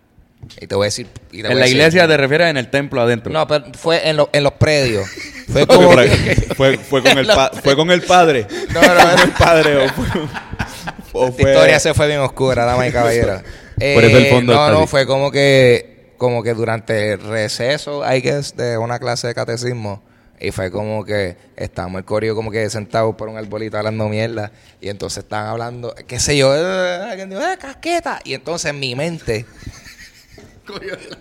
B: Y te voy a decir. y te voy
C: en
B: a
C: la
B: decir-
C: iglesia te refieres en el templo adentro.
B: No, pero fue en, lo- en los predios. Fue
A: Fue
B: como.
A: por ahí. fue, fue con el pa- fue con el padre.
B: No, no, no.
A: Fue con el padre. O fue, o
B: Esta
A: fue-
B: historia se fue bien oscura, dama y caballero.
C: Por eso el fondo
B: No,
C: está
B: no,
C: así.
B: fue como que, como que durante el receso, I guess, de una clase de catecismo. Y fue como que estábamos el corio como que sentados por un arbolito hablando mierda. Y entonces estaban hablando, qué sé yo, eh, alguien dijo, "Eh, casqueta. Y entonces en mi mente,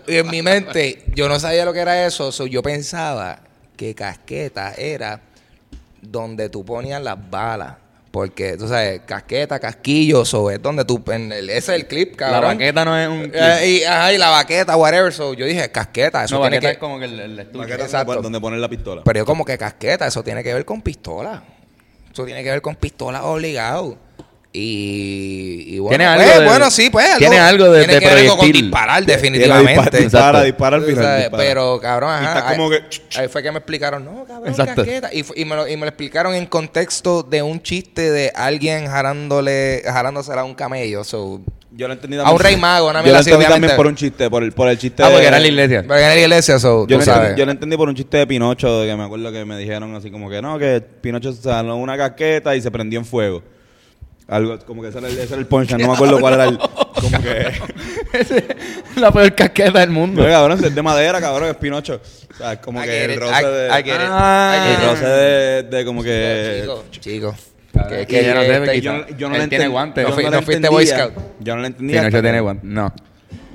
B: y en mi mente, yo no sabía lo que era eso. so yo pensaba que casqueta era donde tú ponías las balas. Porque, tú sabes, casqueta, casquillo, so, es donde tú... en el- ese es el clip,
C: la
B: cabrón.
C: baqueta no es un...
B: Eh, y, ajá, y la baqueta, whatever. So, yo dije, casqueta, eso
C: no,
B: tiene
C: baqueta
B: que...
C: es como que el, el estuche.
A: Maqueta
B: Exacto.
A: donde poner la pistola.
B: Pero yo como que casqueta, eso tiene que ver con pistola. Eso tiene que ver con pistola obligado. Y, y bueno,
C: Tiene
B: pues,
C: algo de-
B: bueno, sí, pues algo,
C: tiene algo de-
B: tiene
C: de
B: que ver algo con
C: proyectil.
B: disparar,
A: Dispara,
B: definitivamente.
A: dispara,
C: Exacto.
A: dispara al
B: Tú
A: final.
B: sabes,
A: dispara.
B: Pero, cabrón,
A: Y
B: ajá.
A: está
B: ahí-
A: como que-
B: Ahí fue que me explicaron, no, cabrón,
C: Exacto.
B: casqueta. Y, fu- y me lo, y me lo explicaron en contexto de un chiste de alguien jarándole, jarándosela a un camello. So,
A: Yo lo entendí
B: A un
A: también-
B: rey mago, una
A: Yo
B: mierda
A: lo
B: así,
A: entendí
B: obviamente.
A: también por un chiste, por el, por el chiste
C: Ah, porque
A: de-
C: era en la iglesia.
B: pero Eh, en la iglesia, so,
A: Yo
B: tú
A: lo,
B: sabes.
A: entendí, yo lo entendí por un chiste de Pinocho, de que me acuerdo que me dijeron así como que no, que Pinocho se salió una casqueta y se prendió en fuego. Algo como que ese era el, ese era el punchline, no me acuerdo cuál era el. Como que.
C: la peor casqueta del mundo.
A: No, cabrón, es de madera, cabrón, es Pinocho. O sea, como
B: I
A: que
B: get
A: el
B: it,
A: roce
B: I-
A: de.
B: I get it, I
A: Ah,
B: get
A: el
B: it.
A: roce de, de como que.
B: Chico, chico.
C: Cabrón,
B: Que- que-
C: yo no sé,
B: que-
A: Yo, no- yo no
C: Él
A: le
C: tiene
A: entendí-
C: guantes.
A: yo
B: No fui-
A: le
B: no fuiste Boy
A: entendía.
B: Scout.
A: Yo no le entendía.
C: Pinocho
A: hasta
C: tiene
A: que-
C: guantes. No.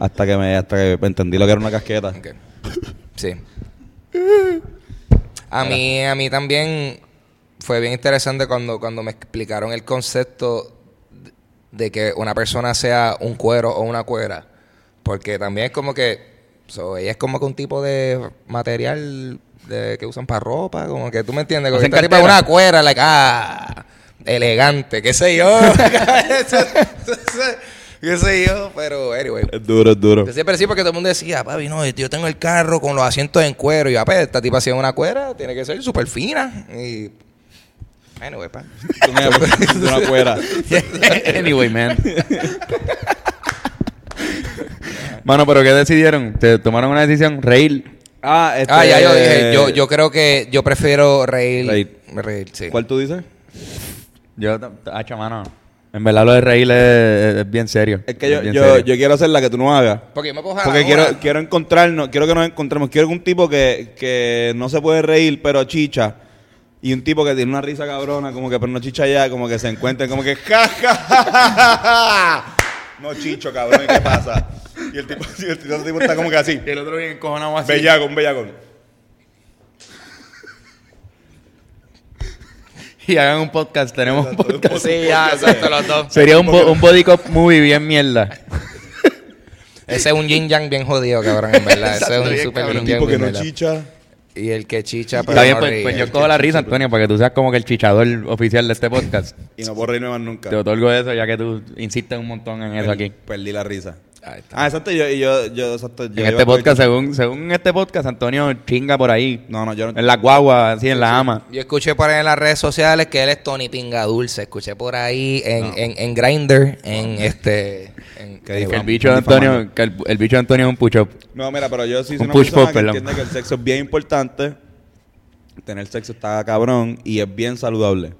A: Hasta que me hasta que entendí lo que era una casqueta.
B: Ok. Sí. A mí, a mí también fue bien interesante cuando, cuando me explicaron el concepto de- de que una persona sea un cuero o una cuera. Porque también es como que. so, ella es como que un tipo de material de- que usan para ropa. Como que tú me entiendes. Como que
C: Hacen
B: esta tipa es
C: cartera.
B: una cuera, like, ah, elegante, qué sé yo. qué sé yo, pero anyway.
A: Es duro, es duro.
B: Yo siempre sí, porque todo el mundo decía, papi, no, yo tengo el carro con los asientos en cuero. Y yo, "Ah, pues, esta tipa si es una cuera, tiene que ser súper fina. Y. Bueno, pa.
A: una cuera.
C: anyway, man. Mano, pero ¿qué decidieron? ¿Te tomaron una decisión? ¿Reír?
A: Ah, este,
B: Ah, ya yo dije, yo, yo creo que yo prefiero reír.
A: Reír.
B: Reír, sí.
A: ¿Cuál tú dices?
C: Yo, t- t- hacha, mano. En verdad lo de reír es, es bien serio.
A: Es que yo,
C: bien
A: yo,
C: serio.
A: yo quiero hacer la que tú no hagas.
B: Porque yo me cojo a la
A: Porque
B: hora.
A: quiero, quiero encontrarnos, quiero que nos encontremos. Quiero un tipo que, que no se puede reír, pero chicha. Y un tipo que tiene una risa cabrona, como que pero no chicha ya, como que se encuentren, como que ja, ja, ja, ja, ja, ja". No chicho, cabrón, ¿y qué pasa? Y el tipo, y el otro tipo está como que así.
C: el otro bien encojonado
A: Bellacón, bellacón.
C: y hagan un podcast. Tenemos un podcast.
B: Sí, ya, exacto, los dos.
C: Sería un, bo- un body cop movie bien mierda.
B: Ese es un yin yang bien jodido, cabrón, en verdad. Ese es
C: Exacto,
B: un
C: bien
B: super
C: cabrón.
B: yin
A: El
B: yang.
A: tipo que
B: bien
A: no
B: verdad.
A: chicha.
B: Y el que chicha, pero
C: Está bien,
B: no
C: pues,
B: ríe.
C: pues yo cojo la risa, Antonio, para que tú seas como que el chichador oficial de este podcast.
A: Y no puedo reírme más nunca.
C: Te otorgo eso, ya que tú insistes un montón en eso aquí.
A: Perdí la risa.
B: Ahí está.
A: Ah, exacto. Yo, yo, yo, exacto. yo
C: En
A: iba a-
C: este podcast, según, según este podcast, Antonio chinga por ahí.
A: No, no, yo no.
C: En la guagua, así, en la ama.
B: Yo escuché por ahí en las redes sociales que él es Tony Pinga Dulce. Escuché por ahí en, en, en Grindr, en este. En,
A: Qué difícil.
B: ahí
C: Que el
B: vamos.
C: bicho de Antonio, que el, el bicho de Antonio es un pucho.
A: No, mira, pero yo sí soy
C: Un
A: una
C: push
A: persona
C: pop,
A: que
C: perdón.
A: entiende que el sexo es bien importante. Tener sexo está cabrón y es bien saludable.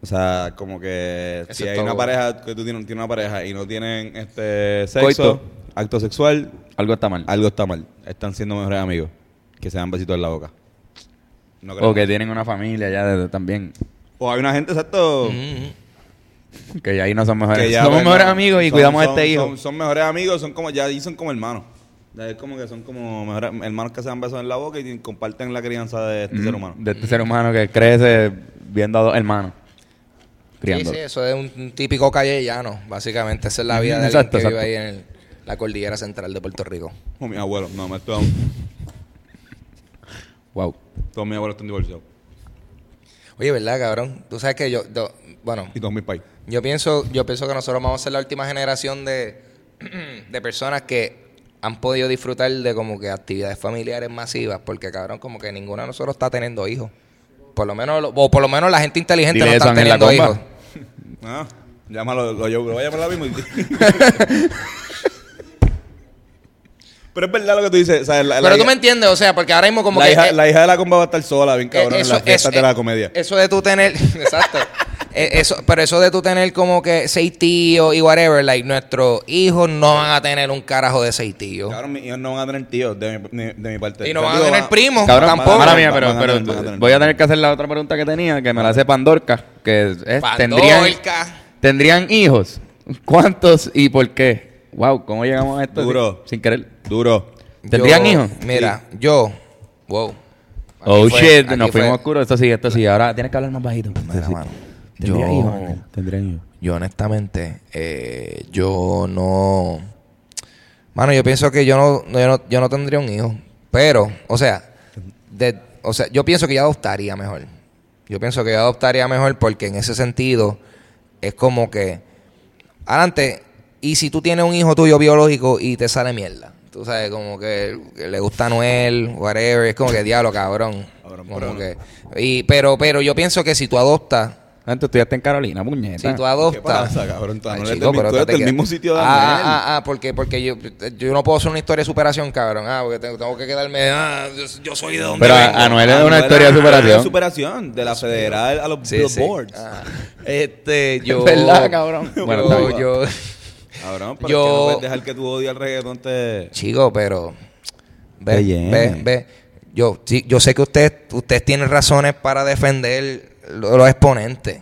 A: O sea, como que
B: Eso
A: si
B: es
A: hay
B: todo.
A: una pareja, que tú tienes, tienes una pareja y no tienen este sexo,
C: Coito.
A: acto sexual,
C: Algo está mal.
A: algo está mal. Están siendo mejores amigos. Que se dan besitos en la boca. No creo.
C: O que tienen una familia ya de- también.
A: O hay una gente, exacto.
B: Mm,
C: Que ya ahí no son mejores.
A: que ya,
C: Somos
A: pues,
C: mejores
A: no,
C: amigos y
A: son-
C: cuidamos a
A: son-
C: este hijo.
A: Son, son mejores amigos, son como, ya ahí son como hermanos. Ya es como que son como mejores hermanos que se dan besos en la boca y comparten la crianza de este
C: Mm,
A: ser humano.
C: De este ser humano que crece viendo a dos hermanos.
B: Sí,
C: Criando.
B: sí, eso es un, un típico callellano, básicamente. Esa es la vida de alguien
C: Exacto,
B: que vive
C: exacto.
B: ahí en el- la cordillera central de Puerto Rico.
A: O mi abuelo, no, me estoy
C: Wow.
A: Todos mis abuelos están divorciados.
B: Oye, ¿verdad, cabrón? Tú sabes que yo. yo- bueno,
A: Y todos mis pais.
B: yo pienso, yo pienso que nosotros vamos a ser la última generación de, de personas que han podido disfrutar de como que actividades familiares masivas, porque cabrón, como que ninguno de nosotros está teniendo hijos. Por lo menos, lo- o por lo menos la gente inteligente
C: Dile
B: no
C: eso,
B: está
C: Ángel, la
B: teniendo
C: comba.
B: hijos.
A: Ah, llámalo, lo, yo lo voy a llamar ahora mismo. y- Pero es verdad lo que tú dices. o sea, la, la
B: Pero tú
A: hija-
B: me entiendes, o sea, porque ahora mismo como
A: la
B: que...
A: hija,
B: eh,
A: la hija de la comba va a estar sola, bien cabrón,
B: eh,
A: en las fiestas
B: eh,
A: de la comedia.
B: Eso de tú tener... exacto. Eh, Eso, pero eso de tú tener como que seis tíos y whatever, like nuestros hijos no van a tener un carajo de seis tíos.
A: Cabrón, mis hijos no van a tener tíos de mi, ni- de mi parte.
B: Y no van a
A: Digo, ah,
B: tener primos,
C: Cabrón,
B: tampoco.
C: mala mía, pero,
A: Van a
C: pero
A: tener, van a tener.
C: voy a tener que hacer la otra pregunta que tenía, que me la hace Pandorca, que es, es, tendrían,
B: Pandorca.
C: tendrían hijos. ¿Cuántos y por qué? Wow, ¿cómo llegamos a esto?
A: Duro.
C: Sin, sin querer.
A: Duro.
C: ¿Tendrían
B: Yo-
C: hijos?
B: Mira, yo... Wow. Aquí
C: Oh
B: fue-
C: shit,
B: aquí
C: nos
B: fue-
C: fuimos oscuros. Esto sí, esto sí. Ahora tienes que hablar más bajito.
B: Mira, mano,
C: ¿Tendría
B: yo-
C: hijos, Ángel?
B: Yo honestamente, eh, yo no... Mano, yo pienso que yo no, no- yo no, yo no tendría un hijo. Pero, o sea, de- o sea, yo pienso que yo adoptaría mejor. Yo pienso que yo adoptaría mejor porque en ese sentido es como que... Adelante, y si tú tienes un hijo tuyo biológico y te sale mierda. Tú sabes, como que, que le gusta Noel, whatever. Es como que diablo, cabrón.
A: Cabrón,
B: Como
A: pero no.
B: que- y, pero, pero yo pienso que si tú adoptas
C: Antes estudiaste en Carolina, puñeta.
B: si tú
A: ¿Qué
B: adoptas.
A: pasa, cabrón? Tú
B: Ay,
A: no eres
B: chico,
A: del mi-
B: pero
A: tú eres
B: espérate
A: del
B: que-
A: mismo sitio de
B: Ah,
A: Daniel.
B: ah, ah, porque, porque yo, yo no puedo hacer una historia de superación, cabrón. Ah, porque tengo, tengo que quedarme. Ah, yo, yo soy de donde.
C: Pero
B: vengo.
C: a- Anuel es
A: Ah,
C: una
A: no,
C: historia
A: era
C: de
A: De
C: superación.
A: superación, de la federal a los,
B: Sí,
A: los
B: sí.
A: boards.
B: Ah. Este, yo.
C: verdad, cabrón. Bueno, está
B: Bueno,
C: bien.
B: yo.
A: Cabrón, pero
B: Yo-
A: es que no puedes dejar que tu odio al reggaetón te...
B: Chico, pero. Ve,
A: Qué bien.
B: ve, ve. Yo, sí, yo sé que usted, usted tiene razones para defender lo- los exponentes.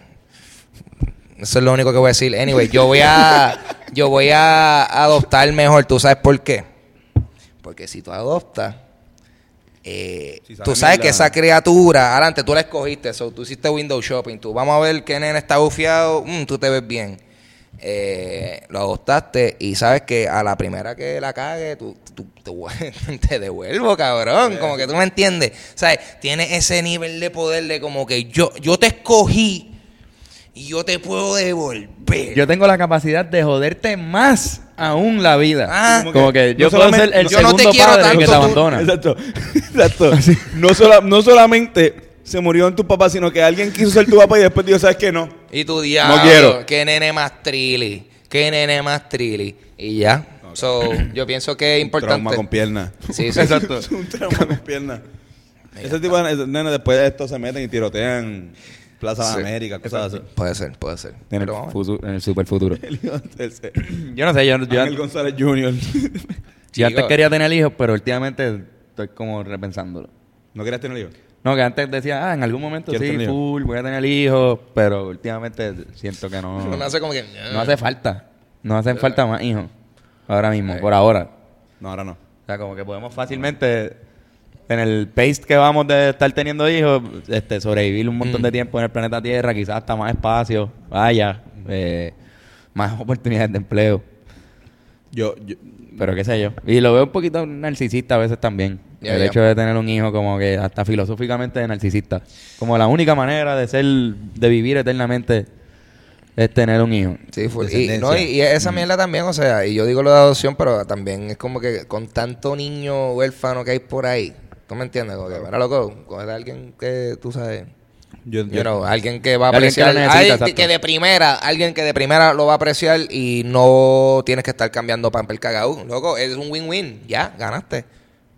B: Eso es lo único que voy a decir. Anyway, yo voy a, yo voy a adoptar mejor. ¿Tú sabes por qué? Porque si tú adoptas, eh,
A: Si sale
B: tú sabes
A: mierda.
B: que esa criatura, adelante, tú la escogiste, so, tú hiciste window shopping, tú vamos a ver qué nene está bufiado, mm, tú te ves bien. Eh, lo adoptaste y sabes que a la primera que la cague, tú, tú- tú- te devuelvo, cabrón. Como que tú me entiendes. ¿Sabes? Tiene ese nivel de poder de como que yo, yo te escogí y yo te puedo devolver.
C: Yo tengo la capacidad de joderte más aún la vida.
B: Ah.
C: como que
A: No
C: yo puedo
A: solamente-
C: ser el
B: yo no te
C: segundo
B: quiero
C: padre
B: tanto,
C: que te
B: tú-
C: abandona.
A: Exacto. Exacto. No, sola- no solamente se murió en tu papá, sino que alguien quiso ser tu papá y después dijo, ¿sabes qué? No.
B: Y tu diablo,
A: quiero.
B: qué nene más trilly, qué nene más trilly. Y ya. So, yo pienso que es importante.
A: Trauma con pierna.
B: Sí, sí.
C: Exacto.
A: Es un trauma con pierna. Ese tipo de esos nenes después de esto se meten y tirotean Plaza
B: Sí.
A: de América, cosas así.
B: Puede ser, puede ser.
C: En el,
B: Pero vamos a ver.
C: futu- en el super futuro.
A: El hijo del se-
C: Yo no sé, yo, yo,
A: Ángel González Jr.
C: yo antes
B: Chico.
C: quería tener hijos, pero últimamente estoy como repensándolo.
A: ¿No querías tener hijos?
C: No, que antes decía, ah, en algún momento
A: ¿Quieres
C: sí,
A: tener hijos?
C: full, voy a tener hijos, pero últimamente siento que no.
B: Uno hace como que.
C: no hace falta. No hacen falta más eh, hijos. Ahora mismo, por ahora.
A: No, ahora no.
C: O sea, como que podemos fácilmente en el pace que vamos de estar teniendo hijos, este, sobrevivir un montón de tiempo en el planeta Tierra, quizás hasta más espacio, vaya, eh, más oportunidades de empleo,
A: Yo, yo-
C: pero qué sé yo. Y lo veo un poquito narcisista a veces también.
B: Ya,
C: el
B: ya.
C: hecho de tener un hijo como que hasta filosóficamente narcisista. Como la única manera de ser, de vivir eternamente es tener un hijo.
B: Sí, full. Y,
A: Descendencia.
B: no, y, y esa mierda también, o sea, y yo digo lo de adopción, pero también es como que con tanto niño huérfano que hay por ahí, ¿tú me entiendes? Como que, para loco, coger a alguien que tú sabes,
A: yo-
B: you
A: yo-
B: know, alguien que va a
C: Alguien que
B: apreciar,
C: lo necesita,
B: alguien
C: exacto.
B: que de primera, alguien que de primera lo va a apreciar y no tienes que estar cambiando pamper cagao, loco, es un win-win, ya, ganaste.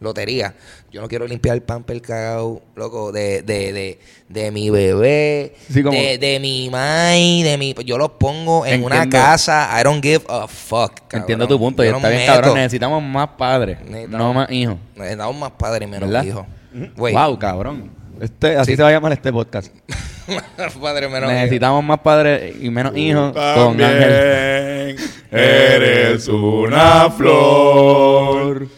B: Lotería. Yo no quiero limpiar el pamper cagao, loco, de, de, de, de mi bebé,
C: Sí, como-
B: de, de mi mai, de mi. Yo los pongo en una
C: Entiendo.
B: casa. I don't give a fuck. cabrón.
C: Entiendo tu punto, y
B: Yo no
C: está
B: me
C: bien, cabrón.
B: meto.
C: Necesitamos más padres,
B: Necesitamos-
C: no más hijos.
B: Necesitamos más padre y menos
C: ¿Verdad?
B: hijo.
C: Wow, cabrón. Este, así se va a llamar este podcast.
B: padre y menos hijo.
C: Necesitamos más padres y
B: Uh,
C: menos hijos con Ángel.
A: También eres una flor.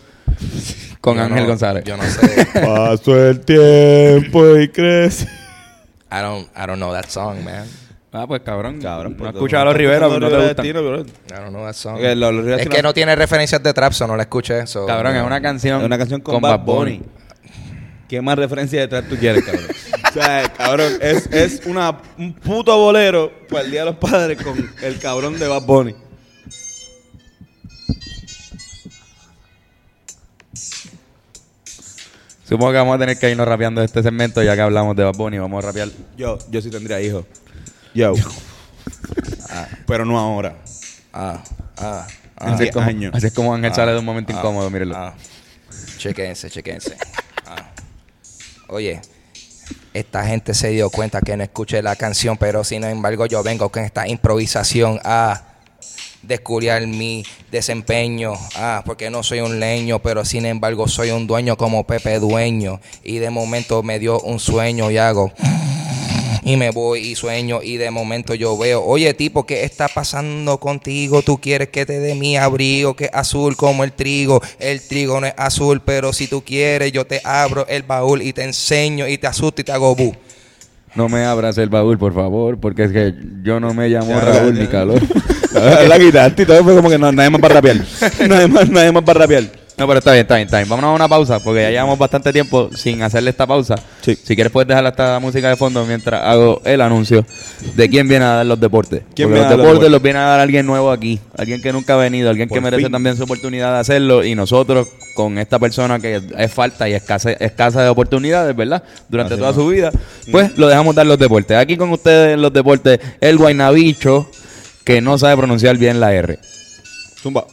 C: Con
B: Yo
C: Ángel
B: no-
C: González.
B: Yo no sé.
A: Pasó el tiempo y crece.
B: I don't, I don't know that song, man.
C: Ah, pues cabrón. Cabrón. No
A: Porque
C: escuchas a los Rivera, no te gustan.
A: Tiro, bro.
B: I don't know that song.
A: Ok, lo- lo-
B: es que no tiene referencias de trap, so no la escuché. so-
C: Cabrón, es una canción.
A: Es una canción con, Bad Bunny. ¿Qué más referencia detrás tú quieres, cabrón? o sea, cabrón, es, es una, un puto bolero para el Día de los Padres con el cabrón de Bad Bunny.
C: Supongo que vamos a tener que irnos rapeando este segmento ya que hablamos de Bad Bunny. Vamos a rapear.
A: Yo, yo sí tendría hijos. Yo. Ah, pero no ahora.
B: Ah, ah,
A: En
B: ah.
C: así, es
A: 10
C: como,
A: años.
C: así es como Ángel sale de un momento incómodo, mírenlo.
B: Ah. Chequense, chequense. Ah. Oye, esta gente se dio cuenta que no escuché la canción, pero sin embargo yo vengo con esta improvisación a descubrir mi desempeño. Ah, porque no soy un leño, pero sin embargo soy un dueño como Pepe Dueño. Y de momento me dio un sueño y hago... Y me voy y sueño y de momento yo veo, oye tipo, ¿qué está pasando contigo? Tú quieres que te dé mi abrigo, que es azul como el trigo. El trigo no es azul, pero si tú quieres yo te abro el baúl y te enseño y te asusto y te hago bu.
C: No me abras el baúl, por favor, porque es que yo no me llamo
A: Ya,
C: Raúl
A: ya,
C: ni
A: ya.
C: calor.
A: La guitarra y todo fue como que no, nadie más para rapear. Nadie más, nadie más para rapear.
C: No, pero está bien, está bien, está bien. Vámonos a una pausa porque ya llevamos bastante tiempo sin hacerle esta pausa.
A: Sí.
C: Si quieres puedes dejar hasta la música de fondo mientras hago el anuncio de quién viene a dar los deportes.
A: ¿Quién viene
C: Porque los
A: a dar los
C: deportes
A: deportes?
C: los viene a dar alguien nuevo aquí, alguien que nunca ha venido, alguien
A: Por
C: que merece
A: fin.
C: también su oportunidad de hacerlo y nosotros con esta persona que es falta y escasa, escasa de oportunidades, ¿verdad? Durante
A: Así
C: toda
A: es. Mm.
C: su vida, pues lo dejamos dar los deportes. Aquí con ustedes en los deportes, el guaynabicho que no sabe pronunciar bien la R.
A: Zumba.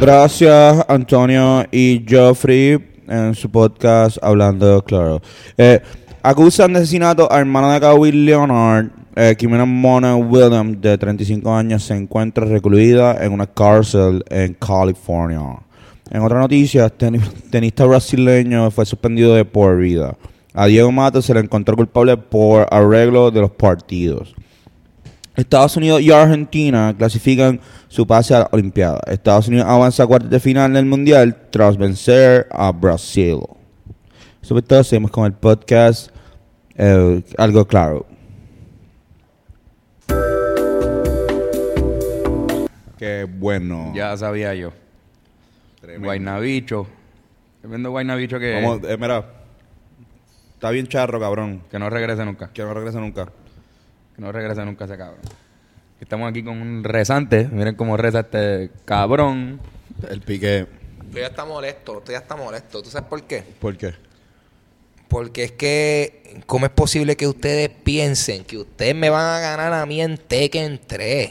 A: Gracias Antonio y Geoffrey en su podcast Hablando Claro. Eh, acusan de asesinato a hermano de Kawhi Leonard. Eh, Kimena Mona Williams, de 35 años, se encuentra recluida en una cárcel en California. En otra noticia, teni- tenista brasileño fue suspendido de por vida. A Diego Matos se le encontró culpable por arreglo de los partidos. Estados Unidos y Argentina clasifican su pase a la Olimpiada. Estados Unidos avanza a cuartos de final del Mundial tras vencer a Brasil. Sobre todo, seguimos con el podcast eh, Algo Claro. Qué bueno.
C: Ya sabía yo. Guaynabicho. Tremendo guaynabicho que,
A: Vamos, eh, mira. Está bien charro, cabrón.
C: que no regrese nunca.
A: Que no regrese nunca.
C: Que no regrese nunca ese cabrón. Estamos aquí con un rezante. Miren cómo reza este cabrón.
A: El pique.
B: Tú ya está molesto, tú ya está molesto. ¿Tú sabes por qué?
A: ¿Por qué?
B: Porque es que, ¿cómo es posible que ustedes piensen que ustedes me van a ganar a mí en Tekken 3?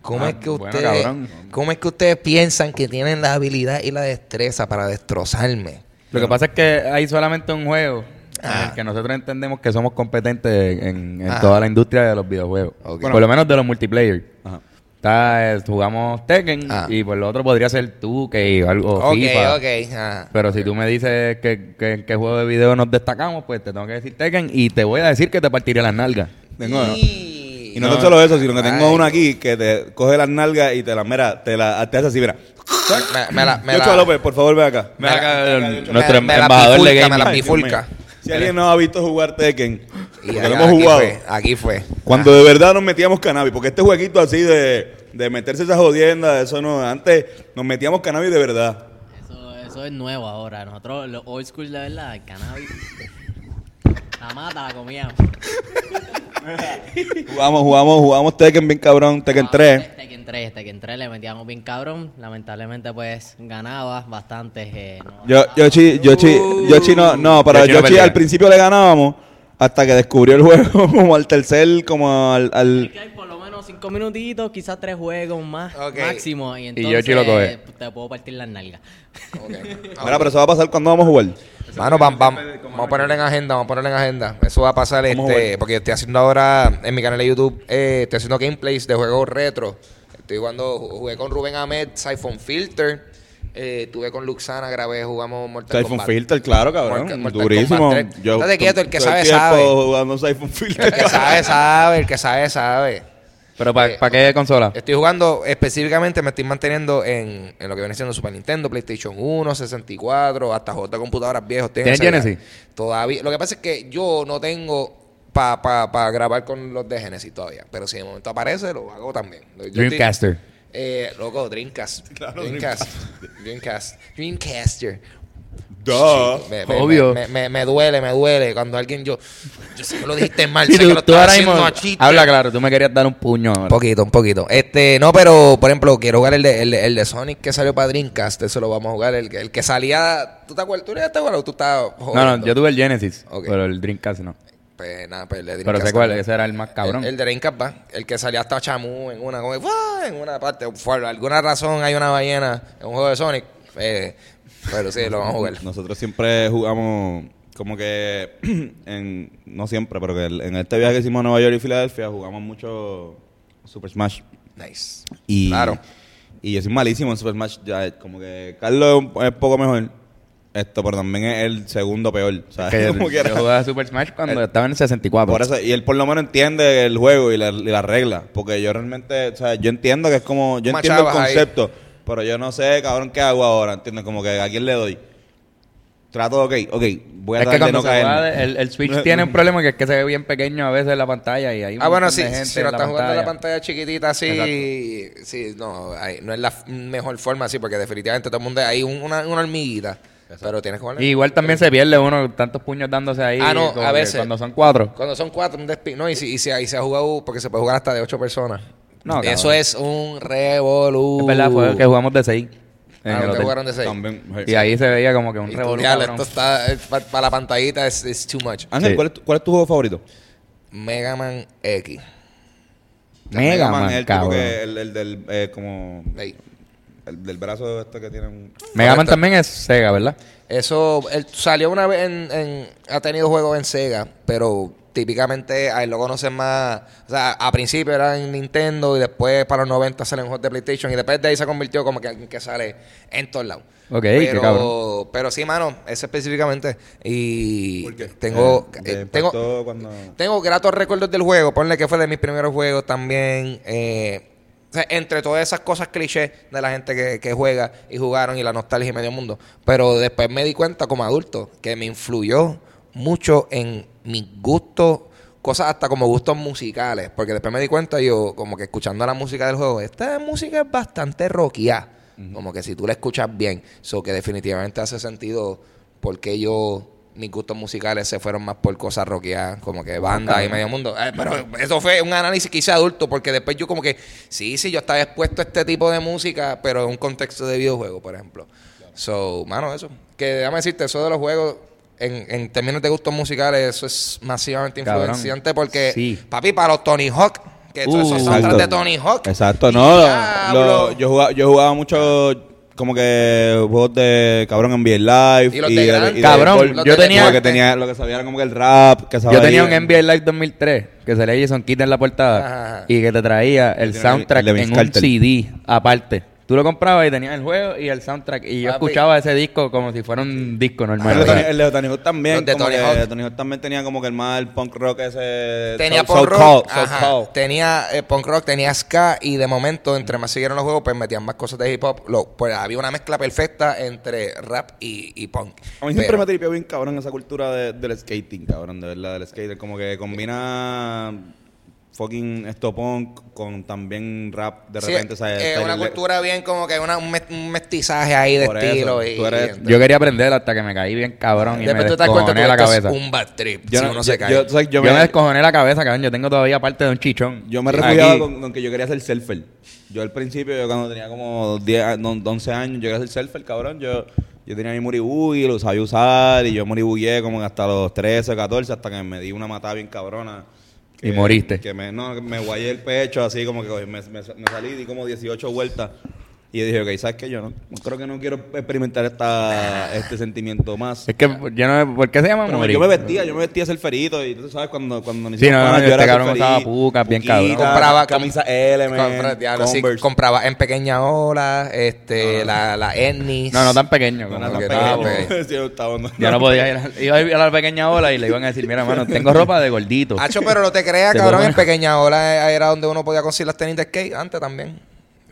B: ¿Cómo,
C: Ah,
B: es que
C: bueno,
B: ustedes,
C: cabrón.
B: ¿Cómo es que ustedes piensan que tienen la habilidad y la destreza para destrozarme?
C: Lo que pasa es que hay solamente un juego en
B: Ah.
C: el que nosotros entendemos que somos competentes en, en
B: Ah.
C: toda la industria de los videojuegos.
B: Ok.
C: Por lo menos de los multiplayer.
A: Ajá.
C: Está, eh, jugamos Tekken
B: Ah.
C: y pues lo otro podría ser tú que o algo
B: ok,
C: FIFA.
B: ok. ajá.
C: Pero si tú me dices que, que, en qué juego de video nos destacamos, pues te tengo que decir Tekken y te voy a decir que te partiría las nalgas.
A: Tengo-
B: y...
A: Y no, tan solo eso, sino que tengo
B: Ay.
A: una aquí que te coge las nalgas y te las mira, te la te hace así, mira.
B: Me, me la, me
A: Yochoa
B: la,
A: López, por favor, ve acá.
C: Me acá,
A: me-
C: el- nuestro
B: me la
C: embajador de
B: bifurca, me la
C: gaming.
A: Ay, Dios
B: bifurca.
A: mío. Si alguien no ha visto jugar Tekken,
B: Y
A: porque
B: acá-
A: lo hemos
B: aquí
A: jugado.
B: fue, Ah. aquí fue.
A: Cuando de verdad nos metíamos cannabis, porque este jueguito así de, de meterse esa jodienda, eso no, antes nos metíamos cannabis de verdad.
F: Eso, eso es nuevo ahora. Nosotros, los old school de verdad, el cannabis. La mata la comíamos.
A: Jugamos, jugamos, jugamos Tekken bien cabrón, Tekken 3.
F: Tekken 3, Tekken 3 este le metíamos bien cabrón. Lamentablemente, pues ganaba bastante. eh, no
A: Yo, Yoshi, Yoshi, Yoshi no, no, pero
C: Yoshi
A: Yoshi,
C: no perdía.
A: al principio le ganábamos hasta que descubrió el juego como al tercer, como al... al-
F: Que hay por lo menos 5 minutitos, quizás 3 juegos más,
B: Ok.
F: máximo. Y
C: yo
F: entonces
C: sí lo coge.
F: te puedo partir las nalgas.
A: Mira, pero eso va a pasar cuando vamos a jugar.
B: Mano, vam- vam- vamos a ponerlo en agenda, vamos a ponerlo en agenda. Eso va a pasar,
A: Vamos a
B: este,
A: ver.
B: porque estoy haciendo ahora en mi canal de YouTube, eh, estoy haciendo gameplays de juegos retro. Estoy jugando, ju- jugué con Rubén Ahmed, Siphon Filter, eh, tuve con Luxana, grabé, jugamos Mortal
A: Siphon
B: Kombat.
A: Filter, claro, cabrón.
B: Mortal- Mortal
A: durísimo.
B: Kombat tres. Estate quieto, el que
A: todo
B: sabe,
A: tiempo
B: sabe.
A: jugando Siphon Filter.
B: El que sabe, sabe, el que sabe, sabe.
C: Pero
B: Eh,
C: ¿para qué consola?
B: Estoy jugando específicamente, me estoy manteniendo en, en lo que viene siendo Super Nintendo, PlayStation 1, 64, hasta J computadoras viejas. tengo
C: ¿Tienes
B: esa idea.
C: Genesis?
B: Todavía. Lo que pasa es que yo no tengo para pa, pa grabar con los de Genesis todavía. Pero si de momento aparece, lo hago también. Yo estoy-
C: Dreamcaster.
B: eh, loco, Dreamcast.
A: Claro,
B: Dreamcast. Dreamcast. Dreamcaster.
A: Duh.
B: Sí, me, me-
C: Obvio.
B: Me, me- me duele, me duele cuando alguien yo. Yo sé que lo dijiste mal,
C: Y
B: sé que lo
C: tú, tú
B: estaba
C: ahora
B: haciendo
C: mismo-
B: a chiste.
C: habla claro, tú me querías dar un puño. ahora.
B: Un poquito, un poquito. Este, no, pero por ejemplo, quiero jugar el de, el, de- el de Sonic que salió para Dreamcast. Eso lo vamos a jugar. El, que- el que salía. ¿Tú te acuerdas? ¿Tú llegaste a jugarlo? ¿Tú estabas
C: No, no,
B: jodiendo?
C: yo tuve el Genesis,
B: Ok.
C: pero el Dreamcast no.
B: Pues nada, pues el de
C: Pero sé
B: Dreamcast
C: cuál,
B: también.
C: ese era el más cabrón.
B: El, el de Dreamcast va. El que salía hasta Chamu en una. como que, ¡fua! en una parte. Por alguna razón hay una ballena en un juego de Sonic. Eh, pero sí, lo vamos a jugar.
A: Nosotros siempre jugamos como que en no siempre, pero que el- en este viaje que hicimos a Nueva York y Filadelfia jugamos mucho Super Smash
B: Nice.
A: y
B: Claro.
A: y yo soy malísimo en Super Smash, ya, como que Carlos es un- es poco mejor. Esto, pero también es el segundo peor, o sea,
C: Que
A: como
C: yo,
A: quiera.
C: yo jugaba Super Smash cuando
A: Eh,
C: estaba en el 64.
A: Por eso, y él por lo menos entiende el juego y la, y la regla. Porque yo realmente, o sea, yo entiendo que es como, yo entiendo el
B: Machabas ahí.
A: concepto, pero yo no sé, cabrón, qué hago ahora, ¿entiendes? Como que a quién le doy. Trato, ok, ok, voy a
C: es que
A: tratar de
C: cuando
A: no
C: se
A: caerme.
C: juega, el, el Switch tiene un problema que es que se ve bien pequeño a veces en la pantalla. Y hay un
B: Ah, bueno,
C: montón
B: sí,
C: de gente
B: si no
C: en la
B: estás jugando en la
C: pantalla.
B: pantalla chiquitita así, sí, no, ahí- no es la f- mejor forma así, porque definitivamente todo el mundo hay un- una, una hormiguita, pero tienes que jugar.
C: Y igual también se pierde uno, tantos puños dándose ahí.
B: Ah, no,
C: como
B: a
C: que
B: veces.
C: Cuando son cuatro.
B: Cuando son cuatro, un despi- no, y si, y si ahí se ha jugado, porque se puede jugar hasta de ocho personas.
C: No, cabrón.
B: Eso es un revolú.
C: Es verdad, fue que jugamos de seis. en
B: Uh. Ah,
C: el
B: no, te
C: hotel.
B: jugaron de seis.
A: También,
C: Y ahí se veía como que un
B: Y tú,
C: revolú.
B: diablo,
C: cabrón.
B: esto está, para la pantallita es it's too much.
A: Ángel,
C: Sí.
A: ¿cuál, es tu, cuál es tu juego favorito?
B: Mega Man X.
C: Mega Man,
A: es el tipo
C: cabrón.
A: que el, el del, eh, como,
B: Ey.
A: el del brazo este que tiene un...
C: Mega Man
B: Correcto.
C: también es Sega, ¿verdad?
B: Eso él salió una vez en, en- ha tenido juegos en Sega, pero típicamente a él lo conocen más, o sea, a principio era en Nintendo y después para los 90 salen juegos de PlayStation y después de ahí se convirtió como que alguien que sale en todos lados.
C: Ok, qué
B: pero,
C: cabrón.
B: pero sí, mano, ese específicamente y
A: Tengo...
B: tengo eh, tengo
A: cuando...
B: tengo gratos recuerdos del juego. Ponle que fue de mis primeros juegos también. eh, o sea, entre todas esas cosas clichés de la gente que, que juega y jugaron y la nostalgia y medio mundo. Pero después me di cuenta como adulto que me influyó mucho en mis gustos, cosas hasta como gustos musicales. Porque después me di cuenta yo, como que escuchando la música del juego, esta música es bastante rockeada. Como que si tú la escuchas bien, eso que definitivamente hace sentido porque yo mis gustos musicales se fueron más por cosas rockeadas, como que banda y medio mundo. Eh, pero eso fue un análisis que hice adulto, porque después yo como que, sí, sí, yo estaba expuesto a este tipo de música, pero en un contexto de videojuego, por ejemplo. So, mano, eso. Que déjame decirte, eso de los juegos, en, en términos de gustos musicales, eso es masivamente
C: Cabrón.
B: influenciante, porque,
C: Sí.
B: papi, para los Tony Hawk, que eso-
C: Uh,
B: esos son
C: Exacto.
B: de Tony Hawk.
A: Exacto, no. lo-
B: Diablo.
A: lo- yo, jugaba, yo jugaba mucho como que juegos de cabrón NBA Live.
B: Y los de gran-
C: Cabrón,
A: béisbol,
C: los
A: yo
C: de-
A: tenía. Lo que,
B: deporte.
A: tenía, lo que sabía era como que el rap. Que
C: Yo tenía un NBA Live 2003 que salía Jason Kidd en la portada
B: Ajá, ajá.
C: y que te traía
A: Yo
C: el
A: tenía
C: soundtrack
A: el de Vince
C: en un
A: Carter.
C: CD aparte. Tú lo comprabas y tenías el juego y el soundtrack. Y yo
B: Papi.
C: escuchaba ese disco como si fuera un disco normal.
A: el,
C: ¿verdad?
A: de- el de Tony Hawk Ah, también.
B: eh, Los de
A: como
B: Tony
A: que
B: Hawk.
A: Tony Hawk también tenía como que el más el punk rock ese.
B: Tenía
A: so-
B: punk rock,
A: so-called, so-called.
B: ajá, tenía eh, punk rock, tenía ska y de momento entre más siguieron los juegos pues metían más cosas de hip hop. Lo- pues había una mezcla perfecta entre rap y, y punk.
A: A mí siempre
B: Pero-
A: me tripeó bien cabrón esa cultura de- del skating, cabrón, de verdad, del skater. Como que combina fucking esto punk con también rap de
B: Sí,
A: repente. o sea,
B: eh,
A: está-
B: una
A: le-
B: cultura bien como que una- un, mez- un mestizaje ahí de
A: Por eso,
B: estilo. y,
A: tú eres-
B: y-
C: Yo quería aprender hasta que me caí bien cabrón y
B: Después
C: me
B: tú te das cuenta
C: descojoné
B: que
C: la
B: esto es
C: cabeza.
B: un bad trip
A: Yo
B: si
A: no-
B: uno
A: yo-
B: se cae.
A: yo- o sea,
C: Yo,
A: yo me-
C: me descojoné la cabeza, cabrón. Yo tengo todavía parte de un chichón.
A: Yo me
C: Aquí.
A: refugiaba con, con que yo quería ser surfer. Yo al principio, yo cuando tenía como 10, a- no, 11 años, yo quería ser surfer, cabrón. Yo, yo tenía mi muribugi, lo sabía usar y yo muribugué como hasta los 13, 14, hasta que me di una matada bien cabrona.
C: Y moriste.
A: Que me, no, que me guayé el pecho así, como que cogí- me, me- me salí, di como 18 vueltas. Y yo dije, ok, ¿sabes qué? Yo no, creo que no quiero experimentar esta, este sentimiento más.
C: Es que yo no... ¿Por qué se llama
A: Pero
C: morir?
A: yo me vestía, yo me vestía ser ferito y tú sabes cuando cuando
C: Sí, no, no,
A: panas,
C: yo este cabrón usaba
A: surferí,
C: pucas, bien cabrón.
A: Compraba camisa L, man,
B: Compra- diablo, sí,
A: Converse.
B: compraba en pequeña ola, este, la, la etnis.
C: No, no tan pequeño.
A: No,
C: como
A: no, no,
C: que
A: pegado.
C: estaba- pues,
A: Sí, octavo, no.
C: Yo no podía ir a, iba a ir a la pequeña ola y le iban a decir, mira, mano, tengo ropa de gordito.
B: Hacho, pero no te creas,
C: Te
B: cabrón,
C: puedo-
B: en pequeña ola eh, era donde uno podía conseguir las tenis de skate antes también.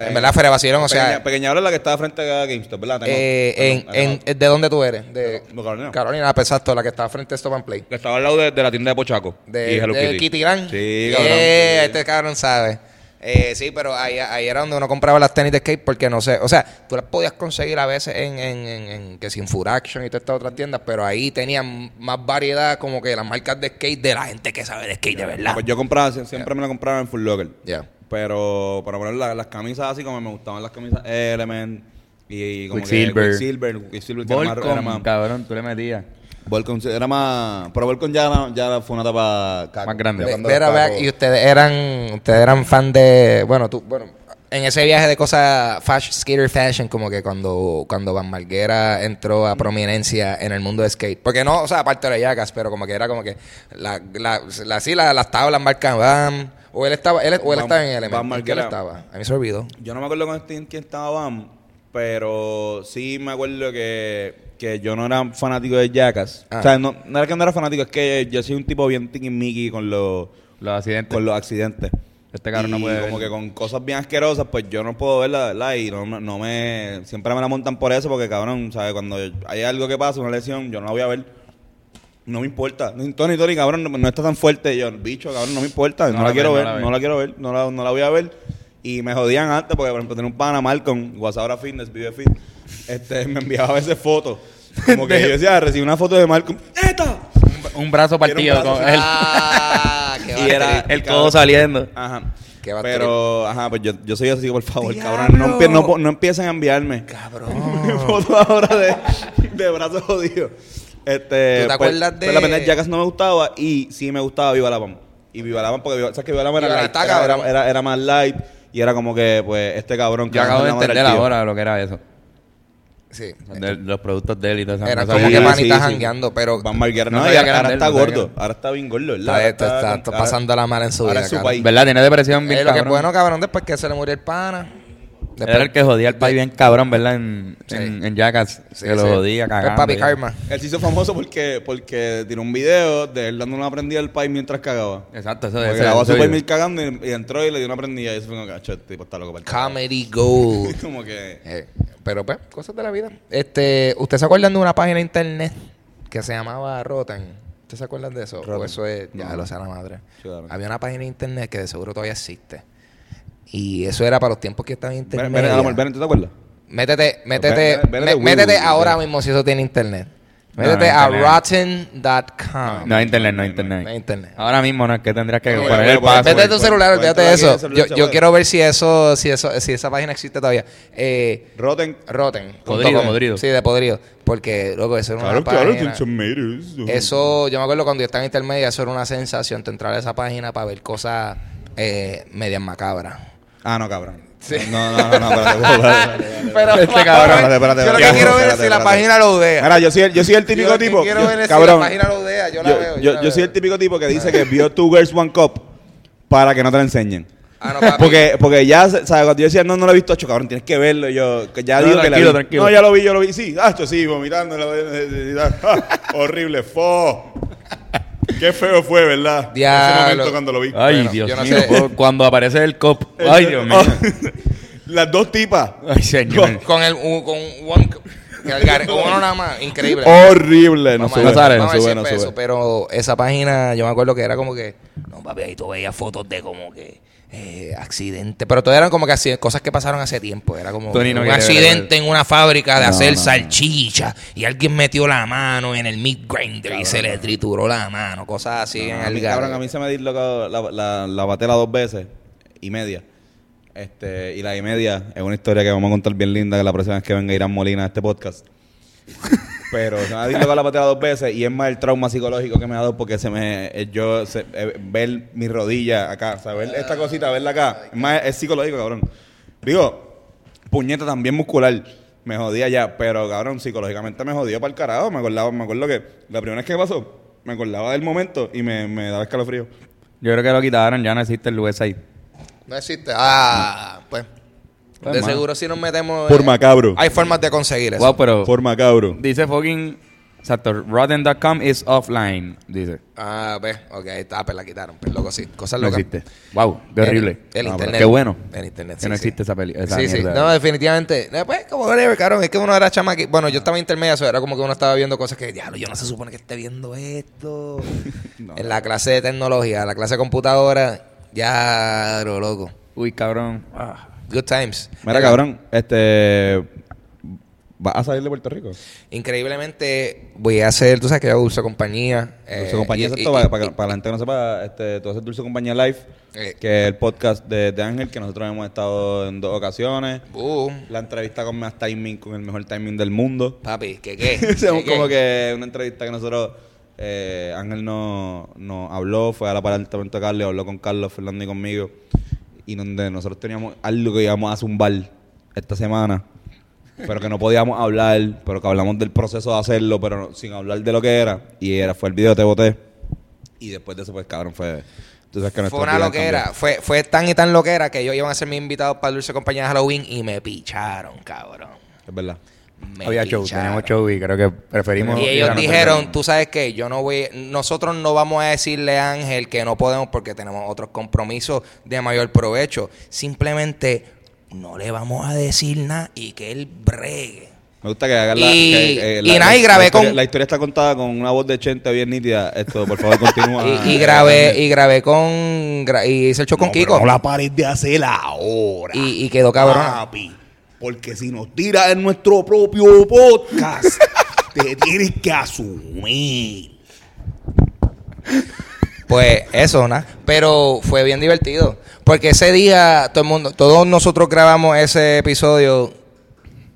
A: Eh,
B: En verdad, Fere vacilón, o
A: Pequeña-
B: sea,
A: Pequeña ahora es la que estaba frente a GameStop, ¿verdad? Tengo-
B: eh, en,
A: perdón,
B: en-
A: acá.
B: ¿de dónde tú eres? De
A: No, Carolina.
B: Carolina, pues, exacto, la que estaba frente a Stop and Play.
A: Que estaba al lado de, de la tienda de Pochaco.
B: De,
A: y Hello
B: de
A: Kitty.
B: Kitty Grand.
A: Sí,
B: Yeah,
A: cabrón.
B: este cabrón sabe. Eh, sí, pero ahí, ahí era donde uno compraba las tenis de skate porque no sé, o sea, tú las podías conseguir a veces en, en, en, en- que sin Fur Action y todas estas otras tiendas, pero ahí tenían más variedad como que las marcas de skate de la gente que sabe de skate de verdad.
A: Pues yo compraba, sie- siempre me la compraba en Full Locker.
B: Ya.
A: Pero para poner la- las camisas así como me gustaban las camisas Element y, y como
C: Quicksilver.
A: que Silver, Quicksilver que era más- era
C: Volcom,
A: más,
C: cabrón, tú le metías.
A: Volcom era más. Pero Volcom ya, era- ya fue una etapa ca-
C: Más grande.
A: ya
B: Ve-
A: cuando
B: Vera
A: estaba
B: Beck,
A: como-
B: y ustedes eran, ustedes eran fan de, bueno, tú, bueno, en ese viaje de cosas fashion, skater fashion, como que cuando, cuando Van Marguera entró a prominencia en el mundo de skate, porque no, o sea, aparte de las yacas, pero como que era como que la, la, la- sí, la- las tablas marcan Bam, o él estaba, él, o él
A: Van-
B: estaba en el
A: Van
B: elemento, ¿En qué él
A: Marguera.
B: estaba, a mí se olvidó.
A: Yo no me acuerdo con quién, quién estaba Bam, pero sí me acuerdo que, que yo no era fanático de Jackass.
B: Ah.
A: O sea, no, no era que no era fanático, es que yo soy un tipo bien tiquismiqui con los,
C: Los accidentes.
A: con los accidentes.
C: Este cabrón
A: Y
C: no puede
A: como
C: ver.
A: que con cosas bien asquerosas, pues yo no puedo verla, ¿verdad? Y no, me- no me... Siempre me la montan por eso, porque cabrón, ¿sabes? Cuando hay algo que pasa, una lesión, yo no la voy a ver. No me importa. Tony, Tony, cabrón, no, no está tan fuerte. Yo, bicho, cabrón, no me importa. No,
C: No
A: la,
C: la
A: quiero
C: ve,
A: ver,
C: no la ve.
A: no la quiero ver, no la, no la voy a ver. Y me jodían antes porque, por ejemplo, tenía un pana, Malcolm, Guasaura Fitness, Vive Fit, este, me enviaba a veces fotos. Como que yo decía, "Ah, recibí una foto de Malcolm, ¡Eta!
C: Un brazo partido.
A: Quiero un brazo
C: con- el-
B: Ah, qué
A: Y era-
B: bacteria.
C: el codo saliendo.
A: Ajá.
B: Qué bad
A: Pero, ajá, pues yo, yo soy así, por favor, cabrón. No, empie- no, po- no empiecen a enviarme
B: Cabrón.
A: fotos ahora de, de brazos jodidos. Este,
B: ¿Tú te
A: pues-
B: acuerdas de-
A: pues la verdad, Jackass no me gustaba y sí me gustaba Viva la Pam. Y Viva la Pam, porque Viva, ¿sabes que Viva la Pam era,
B: Viva la
A: light,
B: está,
A: era,
B: cabrón.
A: era- era- era más light y era como que, pues, este cabrón que
C: Yo acabo de
A: le mandaba
C: entender
A: al tío.
C: ahora lo que era eso.
B: Sí.
C: De los productos de él y todo eso.
B: Eran
C: No
B: como
C: sabía.
B: que panitas jangueando, pero
A: Van Marguera,
C: No
A: no,
C: sabía
A: y ahora,
C: que eran
A: ahora
C: de él,
A: está
C: no sabía
A: gordo.
C: que-
A: Ahora está bien gordo, ¿verdad?
B: Está,
A: Ahora
B: está, está,
A: ahora-
B: pasando la mala en su
A: ahora
B: vida.
A: es su
B: cabrón.
A: país.
C: ¿Verdad? Tiene depresión bien
B: Eh, lo que es
C: cabrón.
B: bueno, cabrón, después que se le murió el pana. Después-
C: Era el que jodía al país bien cabrón, ¿verdad? En,
B: Sí.
C: en, en Jackass.
B: Sí,
C: que lo
B: sí.
C: jodía, cagando.
B: El papi
C: y-
B: Karma.
A: Él se hizo famoso porque, porque tiró un video de él dando una prendida al país mientras cagaba.
C: Exacto, eso
A: Porque
C: es.
A: grabó a Super Mil cagando y, y entró y le dio una prendida. Y eso fue como, cacho, este tipo está loco para el carajo".
B: Comedy Gold.
A: Como que.
B: Eh, pero, pues, cosas de la vida. Este, ¿Ustedes se acuerdan de una página de internet que se llamaba Rotan? ¿Ustedes se acuerdan de eso? O
A: Rotten.
B: eso es, ya
A: No.
B: lo sea la madre.
A: Sí, claro.
B: Había una página de internet que de seguro todavía existe. Y eso era para los tiempos que estaba en internet.
A: Ven, ven, Alamor, ven, ¿tú te acuerdas?
B: Métete, métete,
A: Ven- ven- ven-
B: mé-
A: ven-
B: métete
A: ven-
B: ahora
A: ven.
B: mismo si eso tiene internet.
C: No,
B: Métete
C: no
B: a
C: internet.
B: rotten.com.
C: No, internet, no,
B: No hay
C: internet.
B: internet.
C: Ahora mismo no es que tendrías que
A: Bueno,
C: poner
A: bueno,
C: el
A: bueno,
C: paso.
B: Vete a tu
A: Puede-
B: celular,
C: pues,
A: puede-
B: olvídate
A: puede-
B: de
A: puede-
B: eso.
A: puede-
B: Yo,
A: puede-
B: yo
A: puede-
B: quiero ver si eso, si eso, si esa página existe todavía. Eh,
A: Rotten.
B: Rotten.
C: Podrido,
B: Com.
C: podrido.
B: Sí, de podrido. Porque, loco, eso era una página. Eso, yo me acuerdo cuando yo estaba en intermedia, eso era una sensación, te entrar a esa página para ver cosas eh, medias macabras.
A: Ah, no, cabrón. No, no, no, no, espérate, espérate, espérate, espérate,
B: Pero,
C: Este cabrón.
A: Espérate, espérate,
B: yo lo que
A: espérate,
B: quiero ver es
A: espérate,
B: si la
A: espérate.
B: página lo odea.
A: Mira, yo soy el, yo soy el típico
B: Yo lo que
A: tipo.
B: quiero ver es si
A: cabrón,
B: la página lo odea, yo la
A: yo,
B: veo, yo
A: yo-
B: la
A: yo
B: veo.
A: soy el típico tipo que dice que vio Two Girls One Cup para que no te la enseñen.
B: Ah, no, papi.
A: Porque, porque ya, ¿sabes? Cuando yo decía, no, no lo he visto, hecho, cabrón, tienes que verlo. y Yo que ya
C: No,
A: digo que la
C: tranquilo,
A: vi.
C: tranquilo.
A: No, ya lo vi, yo lo vi. Sí, ah, esto sí, vomitando. la- y tal. Ah, horrible, fo. Qué feo fue, ¿verdad?
B: Diablo.
A: Ese momento cuando lo vi.
C: Ay,
B: Bueno,
C: Dios
B: yo no
C: mío.
B: sé.
C: Cu- Cuando aparece el cop. Ay, Dios mío.
A: Las dos tipas.
C: Ay, señor.
B: Con el u- con one que el gare- con uno nada más, increíble.
A: Oh, Horrible. No
B: Vamos
A: sube,
B: a ver,
C: sale,
A: no
B: vamos a ver
A: sube,
B: si
A: no
B: es peso,
A: sube.
B: pero esa página yo me acuerdo que era como que no papi ahí tú veías fotos de como que eh, accidente, pero todo eran como que acci- cosas que pasaron hace tiempo, era como
C: Tony no
B: un
C: quiere ver,
B: accidente en una fábrica de
C: No,
B: hacer
C: no, no.
B: salchicha y alguien metió la mano en el meat grinder y se le trituró la mano, cosas así en
A: No, a
B: el
A: mí, cabrón,
B: gare.
A: a mí se me dislocó la, la, la batela dos veces y media. Este, y la y media es una historia que vamos a contar bien linda que la próxima vez que venga Irán Molina a este podcast. Pero se me ha dislocado la batela dos veces y es más el trauma psicológico que me ha dado porque se me eh, yo se- eh, ver mi rodilla acá, o sea, ver esta cosita, verla acá, es más es psicológico, cabrón. Digo, puñeta también muscular. Me jodía ya, pero cabrón, psicológicamente me jodió para el carajo. Me acordaba, me acuerdo que la primera vez que pasó, me acordaba del momento y me, me daba escalofrío.
C: Yo creo que lo quitaron, ya no existe el USA.
B: No existe. Ah, pues
C: Pues,
B: de
C: mano.
B: seguro si nos metemos
A: Por
B: eh,
A: macabro.
B: Hay formas de conseguir eso.
C: Wow, pero
A: Por macabro.
C: dice fucking exacto, rotten.com is offline, dice.
B: Ah, pues, ok, ahí está, pues la quitaron, pues loco, sí, cosas
C: No
B: locas.
C: existe. Wow, qué
B: El-
C: horrible.
B: el
C: No,
B: internet.
C: pero Qué bueno.
B: El internet,
C: Que
B: sí,
C: no
B: sí.
C: existe esa peli. esa
B: sí, sí.
C: mierda.
B: No, definitivamente. No, pues, como whatever, cabrón. Es que uno era chamaqui. Bueno, yo estaba intermedio, eso era como que uno estaba viendo cosas que, diablo, yo no se supone que esté viendo esto. en la clase de tecnología, la clase de computadora, ya, lo loco.
C: Uy, cabrón. Ah.
B: Good times.
A: Mira, cabrón, este. ¿Vas a salir de Puerto Rico?
B: Increíblemente, voy a hacer, tú sabes que yo hago dulce compañía. eh,
A: Dulce Compañía,
B: y-
A: exacto,
B: y-
A: para,
B: y-
A: para- para la gente que no sepa, este, tú haces Dulce Compañía Live,
B: Eh.
A: que es el podcast de, de Ángel, que nosotros hemos estado en dos ocasiones.
B: Boom.
A: La entrevista con más timing, con el mejor timing del mundo.
B: Papi, ¿qué qué?
A: Hicimos
B: ¿Qué, qué?
A: como que una entrevista que nosotros, eh, Ángel nos no habló, fue al apartamento de Carlos, habló con Carlos, Fernando y conmigo, y donde nosotros teníamos algo que íbamos a zumbar esta semana, pero que no podíamos hablar, pero que hablamos del proceso de hacerlo, pero no- sin hablar de lo que era, y era fue el video Te Boté, y después de eso, pues cabrón, fue... Entonces, que
B: Fue
A: nuestras
B: una
A: vidas
B: loquera.
A: cambiaron.
B: Fue, fue tan y tan loquera que ellos iban a ser mis invitados para Dulce Compañía de Halloween y me picharon, cabrón.
A: Es verdad.
B: Me
C: Había show,
B: picharon.
C: teníamos show y creo que preferimos.
B: Y
C: ir a
B: ellos
C: nuestro-
B: dijeron, tú sabes que yo no voy, nosotros no vamos a decirle a Ángel que no podemos porque tenemos otros compromisos de mayor provecho. Simplemente no le vamos a decir nada y que él bregue.
A: Me gusta que hagas la,
B: Y-
A: que,
B: y nada, y grabé
A: historia,
B: con-
A: La historia está contada con una voz de Chente bien nítida. Esto, por favor, continúa.
B: y, y grabé, y grabé con, gra- y hice el show con Kiko.
A: No la Ah, pared de hacer ahora.
B: Y, y quedó cabrón.
A: Papi, porque si nos tiras en nuestro propio podcast, te tienes que asumir.
B: Pues eso, ¿no? Pero fue bien divertido. Porque ese día todo el mundo, todos nosotros grabamos ese episodio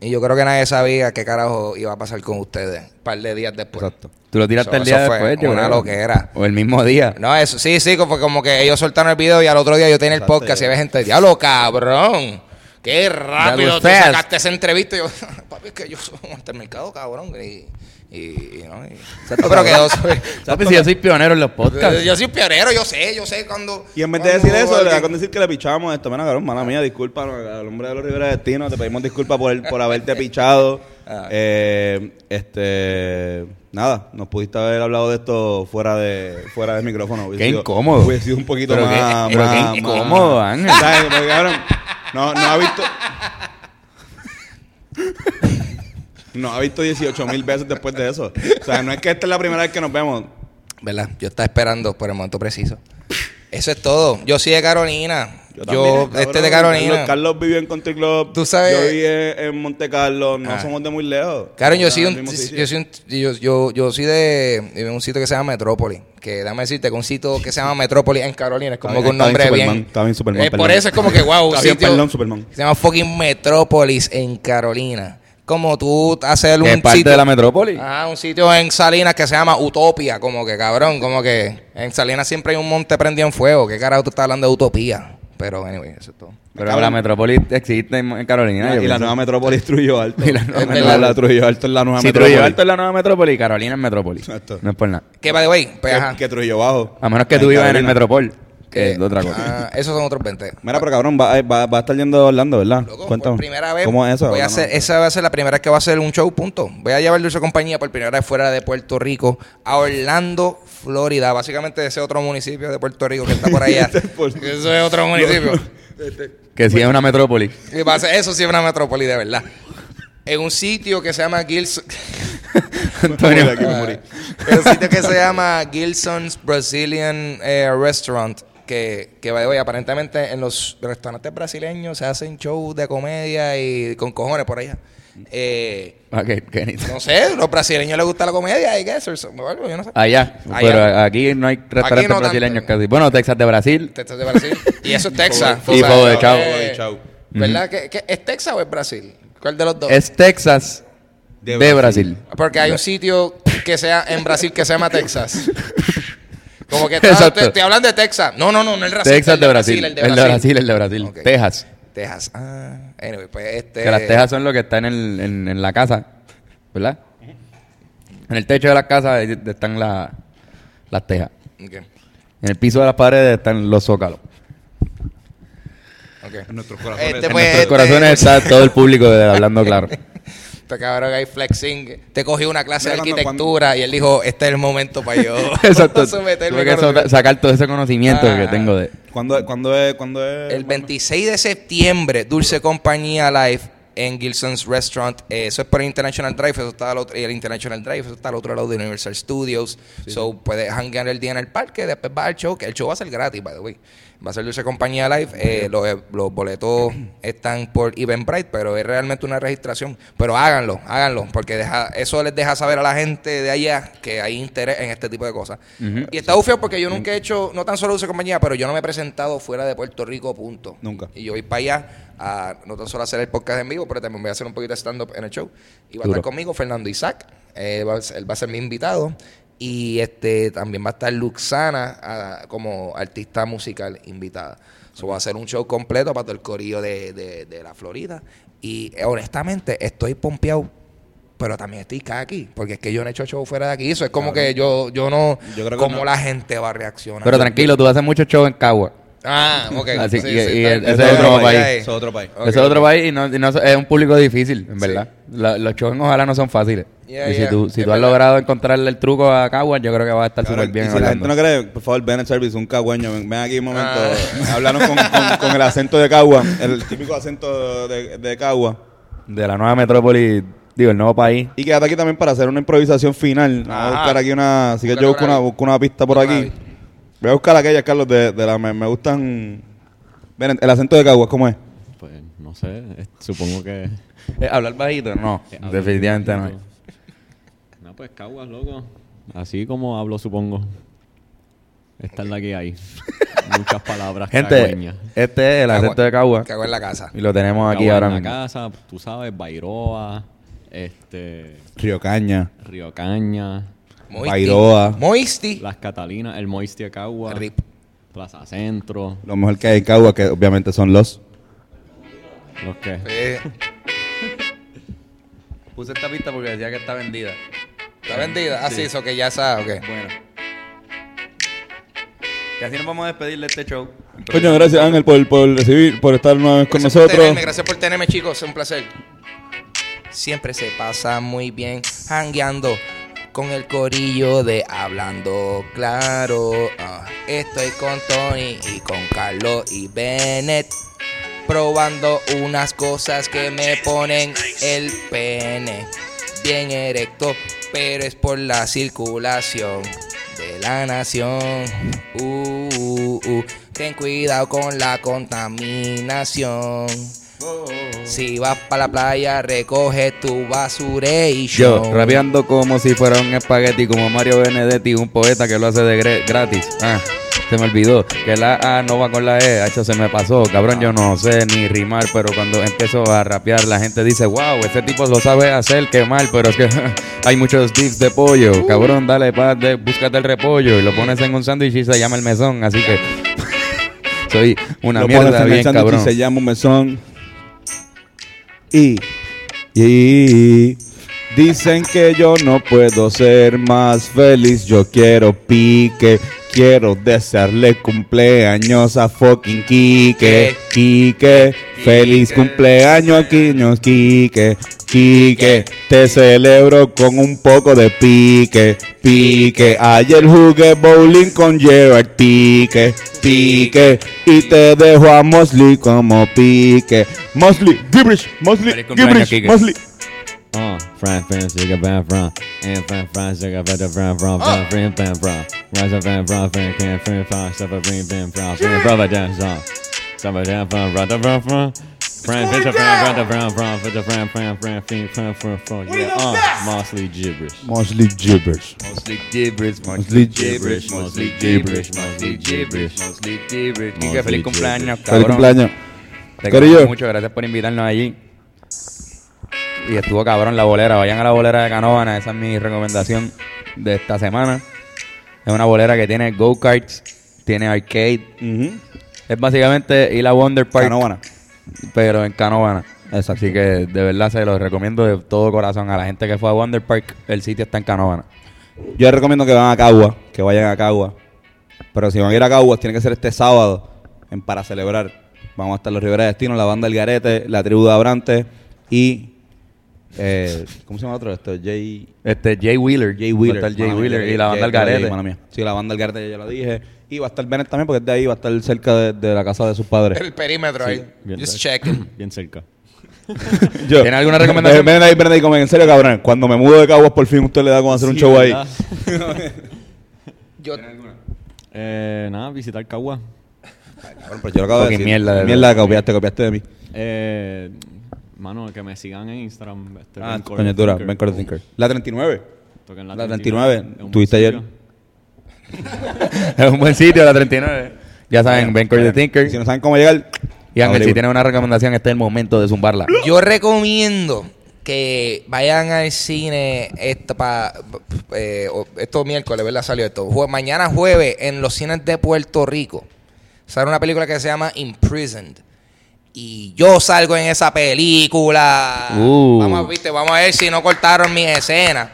B: y yo creo que nadie sabía qué carajo iba a pasar con ustedes un par de días después.
A: Exacto.
C: Tú lo tiraste
B: Eso-
C: el día
B: eso fue
C: después, yo
B: una
C: creo.
B: loquera.
C: O el mismo día.
B: No, eso, sí, sí, como- fue como que ellos soltaron el video y al otro día yo tenía el
A: Exacto,
B: podcast y
A: ya.
B: había gente, diablo, cabrón. Qué rápido
C: was
B: tú
C: fast.
B: sacaste esa entrevista. Y yo, papi, es que yo soy un mercado, cabrón. Y, y, y no, y- pero quedó.
C: Papi, si yo soy pionero en los podcasts.
B: Yo soy pionero, yo sé, yo sé cuando.
A: Y en vez de
B: cuando-
A: decir eso, le da con decir que le pichamos esto. Mira, cabrón, mala mía, disculpa al hombre de los Rivera Destino. Te pedimos disculpas por, el- por haberte pichado.
C: Ah.
A: Eh, este. Nada, nos pudiste haber hablado de esto fuera de fuera del micrófono. Hubiese
C: Qué
A: sido-
C: incómodo.
A: Hubiese sido un poquito
C: Pero
A: más.
C: qué- pero
A: más-
C: qué
A: más-
C: incómodo, Ángel.
A: ¿Sabes? Porque, cabrón, no, no ha visto. No ha visto 18 mil veces después de eso. O sea, no es que esta es la primera vez que nos vemos.
B: ¿Verdad? Yo estaba esperando por el momento preciso. Eso es todo. Yo soy de Carolina. Yo,
A: también,
B: este
A: cabrón.
B: de Carolina.
A: Carlos, Carlos vivió en Country Club.
B: Tú sabes-
A: Yo viví en, en Monte Carlo. No
B: Ah.
A: somos de muy lejos.
B: Karen, yo
A: Somos
B: soy,
A: del
B: un,
A: mismo sitio.
B: yo, soy un- yo, yo, yo soy de, de un sitio que se llama Metrópoli. Que déjame decirte que un sitio que se llama Metrópoli en Carolina es como
A: Está
B: que un
A: bien, está
B: nombre
A: bien
B: bien.
A: Superman, está bien Superman,
B: Eh, por
A: perdón.
B: eso es como que, wow, un
A: Está bien,
B: sitio
A: perdón, Superman.
B: que se llama fucking Metrópolis en Carolina. Como tú hacer
C: Que es
B: un
C: parte
B: sitio.
C: de la metrópoli.
B: Ah, un sitio en Salinas que se llama Utopia, como que cabrón, como que en Salinas siempre hay un monte prendido en fuego. ¿Qué carajo tú estás hablando de utopía? Pero, anyway, eso es todo.
C: Pero
A: Cabrón.
C: la metrópolis existe en, en
A: y
C: Carolina. yo
A: la
C: pienso.
A: nueva metrópolis Trujillo Alto.
C: Y la nueva
A: Es verdad,
B: metrópolis.
A: la Trujillo Alto es la nueva
C: Si
A: metrópolis.
C: Trujillo Alto es la nueva metrópolis, Carolina es metrópolis.
A: Exacto.
C: No es por nada.
B: Que, by the way, pues,
A: Que,
B: ajá.
A: que Trujillo Bajo.
C: A menos que
A: Ay,
C: tú vivas en el
A: Carolina.
C: metropol, que
B: Eh,
C: es otra cosa.
B: ah, esos son otros 20.
A: Mira, pero cabrón, va, eh, va- va a estar yendo a Orlando, ¿verdad?
B: Loco,
A: Cuéntame.
B: por primera vez.
A: ¿Cómo es eso?
B: Voy a
A: Bueno,
B: hacer, esa va a ser la primera vez que va a hacer un show, punto. Voy a llevar Dulce Compañía por primera vez fuera de Puerto Rico a Orlando, Florida. Básicamente ese otro municipio de Puerto Rico que está por allá.
A: Por-
B: Eso es otro municipio.
C: que sí es una metrópoli.
B: Y va a ser- eso sí es una metrópoli de verdad. En un sitio que se llama Gilson.
C: Antonio.
A: Morí aquí, me morí.
B: en un sitio que se llama Gilson's Brazilian eh, Restaurant. Que, que by the way, aparentemente en los restaurantes brasileños se hacen shows de comedia y con cojones por allá. Eh,
C: Ok, qué bonito.
B: no sé, los brasileños les gusta la comedia, I guess, or something, o algo, yo no sé.
C: Allá,
B: Allá.
C: pero a- aquí no hay restaurantes
B: no tanto.
C: brasileños casi. Bueno, Texas de Brasil.
B: Texas de Brasil. Y eso es Texas.
A: Y
B: O sea,
C: Fogo de Chao.
B: eh,
A: Fogo de Chao.
B: ¿Verdad? que que- ¿Es Texas o es Brasil? ¿Cuál de los dos?
C: Es Texas
A: De
C: de,
A: Brasil.
C: Brasil.
B: Porque hay un sitio que sea en Brasil que se llama Texas. Como que
C: Exacto.
B: te, te, te hablan de Texas. No, no, no, no el racismo.
C: Texas
B: el
C: de Brasil. El de Brasil, el de Brasil.
B: Ok.
C: Texas.
B: Texas. Ah, anyway, pues este.
C: Que las tejas son lo que está en, el, en, en la casa, ¿verdad? En el techo de la casa ahí están la- las tejas.
B: Ok,
C: En el piso de las paredes están los zócalos.
B: ok.
A: En nuestros corazones.
B: Este,
A: En
B: pues,
C: en
A: nuestros-
C: nuestros corazones está todo el público de Hablando Claro.
B: Este cabrón ahí flexing. Te cogí una clase
A: Mira,
B: de
A: cuando-
B: arquitectura y él dijo: Este es el momento para yo.
C: Exacto.
B: someterme
C: Tuve que
B: con-
C: so- sacar todo ese conocimiento
B: Ah.
C: que tengo de...
A: ¿Cuándo, cuándo es? cuándo es-
B: El
A: cuándo?
B: 26 de septiembre, Dulce Compañía Live en Gilson's Restaurant. Eh, Eso es por International Drive, eso está al otro, el International Drive, eso está al otro lado de Universal Studios. So puedes hangar el día en el parque, después vas al show, que el show va a ser gratis, by the way. Va a ser Dulce Compañía Live. Eh, los, eh, los boletos están por Eventbrite, pero es realmente una registración. Pero háganlo, háganlo, porque deja, eso les deja saber a la gente de allá que hay interés en este tipo de cosas. Y está bufeo porque yo nunca he hecho, no tan solo Dulce Compañía, pero yo no me he presentado fuera de Puerto Rico, punto.
A: Nunca.
B: Y yo voy para allá a no tan solo hacer el podcast en vivo, pero también voy a hacer un poquito de stand-up en el show. Y va a
C: Duro.
B: estar conmigo Fernando Isaac, eh, va a ser- él va a ser mi invitado. Y este también va a estar Luxana ah, como artista musical invitada. So, va a ser un show completo para todo el corillo de, de- de la Florida. Y eh, honestamente, estoy pompeado, pero también estoy aquí, porque es que yo no he hecho show fuera de aquí. Eso es como que yo, yo no.
A: Yo creo que
B: como
A: no.
B: la gente va a reaccionar.
C: Pero tranquilo, tú haces muchos shows en Cagua.
B: Ah, ok.
C: Así que- y
B: está
C: el-
B: bien.
C: ese
A: es otro
B: Ok.
C: país.
A: Eso es otro país.
B: Ok.
C: Ese es otro país y, no, y no- es un público difícil, en verdad. La- los shows en Ojalá no son fáciles.
B: Yeah,
C: y si
B: yeah.
C: tú, si
B: Es
C: tú has
B: verdad.
C: logrado encontrarle el truco a Cagua, yo creo que va a estar
A: Cabrón,
C: súper bien
A: y si la gente no
C: hablando.
A: cree, por favor, ven al service, un cagüeño. Ven, ven aquí un momento.
B: Ah.
A: Hablaron con, con- con el acento de Cagua, el típico acento de, de Cagua.
C: De la nueva metrópoli, digo, el nuevo país.
A: Y quédate aquí también para hacer una improvisación final. Voy a
B: Ajá.
A: buscar aquí una. Así que
B: Búscate
A: yo busco
B: una-
A: una, busco una pista por
B: busca una
A: aquí.
B: pista.
A: Voy a buscar aquella, Carlos, de, de la. Me, me gustan. Ven, el acento de Cagua, ¿cómo es?
E: Pues no sé, eh, supongo que.
C: Eh, ¿Hablar bajito? No,
E: que hablo
C: definitivamente
E: un
C: no.
E: poquito. No, pues caguas, loco. Así como hablo, supongo. Esta es la que hay. Muchas palabras
C: Gente,
E: cagüeñas.
C: este es el acento de Cagua.
B: Cagua en la casa.
C: Y lo tenemos aquí
E: Cagua
C: ahora
E: en la
C: mismo.
E: casa, tú sabes, Bairoa, este,
A: Río Caña.
E: Río Caña,
B: Moisti.
A: Bairoa.
B: Moisti.
E: Las Catalinas, el Moistia de Cagua,
B: Rip.
E: Plaza Centro,
A: Lo mejor que hay en Cagua, que obviamente son los.
E: los que...
B: Eh,
C: Puse esta pista porque decía que está vendida.
B: está vendida. Ah, sí, eso que ya sabe. ok.
C: Bueno. Y así nos vamos a despedir de este show.
A: Coño, gracias Ángel por, por recibir, por estar una vez con
B: Gracias por
A: nosotros.
B: tenerme, gracias por tenerme, chicos. Es un placer. Siempre se pasa muy bien hangueando con el corillo de Hablando Claro. Ah, estoy con Tony y con Carlos y Bennett. Probando unas cosas que me ponen el pene bien erecto, pero es por la circulación de la nación. Uh, uh, uh. Ten cuidado con la contaminación. Oh. Si vas para la playa, recoge tu
C: Yo,
B: basuration.
C: rapeando como si fuera un espagueti, como Mario Benedetti, un poeta que lo hace de gre- gratis. Ah, se me olvidó que la A no va con la E, H se me pasó. Cabrón, yo no sé ni rimar, pero cuando empiezo a rapear, la gente dice, wow, este tipo lo sabe hacer, qué mal, pero es que hay muchos tips de
A: Uh.
C: pollo. Cabrón, dale, pa, de- búscate el repollo y lo pones en un sándwich y se llama el mesón, así que. soy una
A: lo pones
C: mierda
A: en el
C: bien
A: sándwich
C: cabrón.
A: y se llama un mesón. Y, y dicen que yo no puedo ser más feliz. Yo quiero pique. Quiero desearle cumpleaños a fucking Quique. Quique, feliz cumpleaños a Quiños Quique. Quique, te celebro con un poco de pique. Pique, ayer jugué bowling con Gerard Pique. Pique, y te dejo a Mosley como pique. Mosley, Gibrish, Mosley,
C: Feliz cumpleaños,
A: Gibrish,
C: Quique.
A: Mosley.
E: Uh, Fran Fran Sugar Fran Fran and Fran Fran Sugar Fran Fran Fran Fran Fran Fran Fran Rise up Fran Fran Fran Can Fran Fran Suffer Fran Fran Fran Fran Brother Dance Song Suffer Dance Fran Fran Fran Fran Fran Fran Fran Fran Fran Fran Fran Fran Fran Fran Fran Fran Fran Fran Yeah, uh, mostly gibberish.
A: Mosley Gibrish.
C: Mostly gibberish,
A: Mostly
E: gibberish, mostly gibberish, mostly gibberish,
C: mostly gibberish. Quique,
E: Mostly
C: feliz cumpleaños,
A: Feliz
C: cabrón.
A: cumpleaños.
C: Te
A: Corillo.
C: queremos mucho, gracias por invitarnos allí. Y estuvo cabrón la bolera. Vayan a la bolera de Canóvana, esa es mi recomendación de esta semana. Es una bolera que tiene go-karts, tiene arcade.
A: Ujú.
C: Es básicamente ir a Wonder Park,
A: Canóvana.
C: pero en Canóvana. Así que de verdad se los recomiendo de todo corazón a la gente que fue a Wonder Park. El sitio está en Canóvana.
A: Yo les recomiendo que van a Cagua, que vayan a Cagua. Pero si van a ir a Cagua, tiene que ser este sábado en para celebrar. Vamos a estar los Rivera Destino, la banda El Garete, la tribu de Abrante y eh, ¿cómo se llama otro? Esto Jay
C: Este Jay Wheeler, Jay Wheeler,
A: Va a estar
C: Jay
A: mala mía,
C: Wheeler
A: Jay-
C: y la banda
A: Jay-
C: Algarete.
A: Jay, mala mía. Sí, la banda Algarete ya yo lo dije. Y va a estar Bennett también porque es de ahí, va a estar cerca de, de la casa de sus padres.
B: El perímetro ahí.
E: bien
B: Just
E: right.
B: checking.
E: Bien cerca.
A: Yo-
C: ¿Tiene alguna recomendación?
A: Bennett ahí, Bennett ahí, como en serio, cabrón. Cuando me mudo de Caguas, por fin usted le da con hacer un
E: Sí,
A: show ahí.
E: ¿verdad?
B: Yo,
E: Eh, nada, visitar Cagua.
A: Cabrón, pero yo lo acabo de
C: Fucking
A: decir.
C: mierda de-
A: mierda, copiaste, copiaste de mí.
E: Eh, mano, que me sigan en Instagram. Este,
A: Ah,
E: Ben Corder
A: coño, dura,
E: Thinker.
A: Ben Carter Thinker. La 39.
E: Toquen
A: La 39, tuviste ayer.
C: es un buen sitio, la 39. Ya saben, Ben Cordy Thinker.
A: Si no saben cómo llegar,
C: Y Ángel,
A: Averigua.
C: si tienen una recomendación, este es el momento de zumbarla.
B: yo recomiendo que vayan al cine esto pa, eh, o- esto miércoles, ¿verdad? Salió esto. Jue- mañana jueves en los cines de Puerto Rico. Sale una película que se llama Imprisoned. Y yo salgo en esa película.
C: Uh.
B: Vamos, a- viste, vamos a ver si no cortaron mis escenas.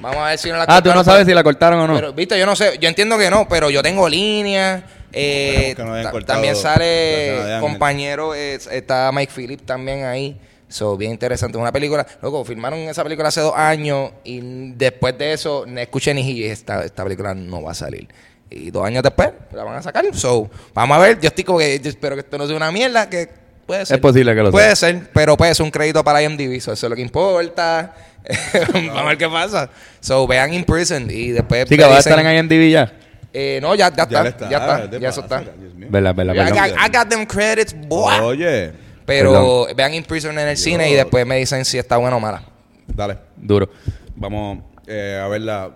B: Vamos a ver si no la
C: Ah, tú no
B: cortaron.
C: sabes si la cortaron o no.
B: Pero, viste, yo no sé, yo entiendo que no, pero yo tengo líneas. eh,
A: Esperemos que no hayan
B: ta-
A: cortado
B: también
A: la escena de
B: sale
A: Ángel.
B: compañero, es- está Mike Phillips también ahí. So, bien interesante. Es una película, loco, filmaron esa película hace dos años y después de eso, no escuché ni y esta, esta película no va a salir. Y dos años después la van a sacar. So, vamos a ver, yo estoy como que, yo espero que esto no sea una mierda, que puede ser.
C: posible que lo
B: Puede ser, pero pues un crédito para IMDb, so, eso es lo que importa. vamos a ver qué pasa. So, vean Imprisoned y después...
C: Sí, que va a
B: dicen-
C: estar en IMDb ya.
B: eh, no, ya, ya
A: ya
B: está,
A: le está.
B: ya está,
A: Ah,
B: ya,
A: de
B: eso
A: pasa,
B: está.
A: Dios mío.
C: Verdad, verdad,
B: I
C: perdón.
B: got, I got them credits, boy.
A: Oye,
B: Pero
C: Perdón.
B: vean Imprison en el cine y después me dicen si está buena o mala.
A: dale.
C: Duro.
A: Vamos eh, a verla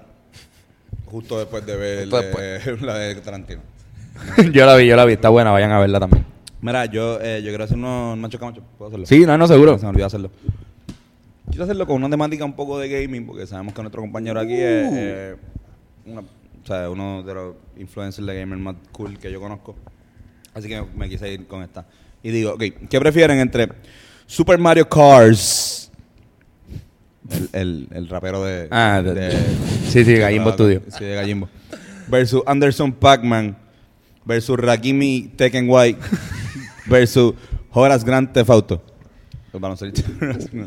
A: justo después de ver
B: Justo después.
A: eh, la de Tarantino.
C: yo la vi, yo la vi. Está buena, vayan a verla también.
A: Mira, yo, eh, yo quiero hacer unos Nacho Camacho. ¿Puedo hacerlo?
C: Sí, no, no, seguro.
A: Se me olvidó hacerlo. Quiero hacerlo con una temática un poco de gaming, porque sabemos que nuestro compañero aquí es eh, una- o sea, uno de los influencers de gamer más cool que yo conozco. Así que me quise ir con esta. Y digo, ok, ¿qué prefieren entre Super Mario Cars? El, el, el rapero de.
C: Ah, de- sí, sí, Gallimbo Studio.
A: Sí, de Gallimbo. Versus Anderson Pac-Man. Versus Rakimi Tekken White. versus Horas Grand Theft Auto. Los baloncestos.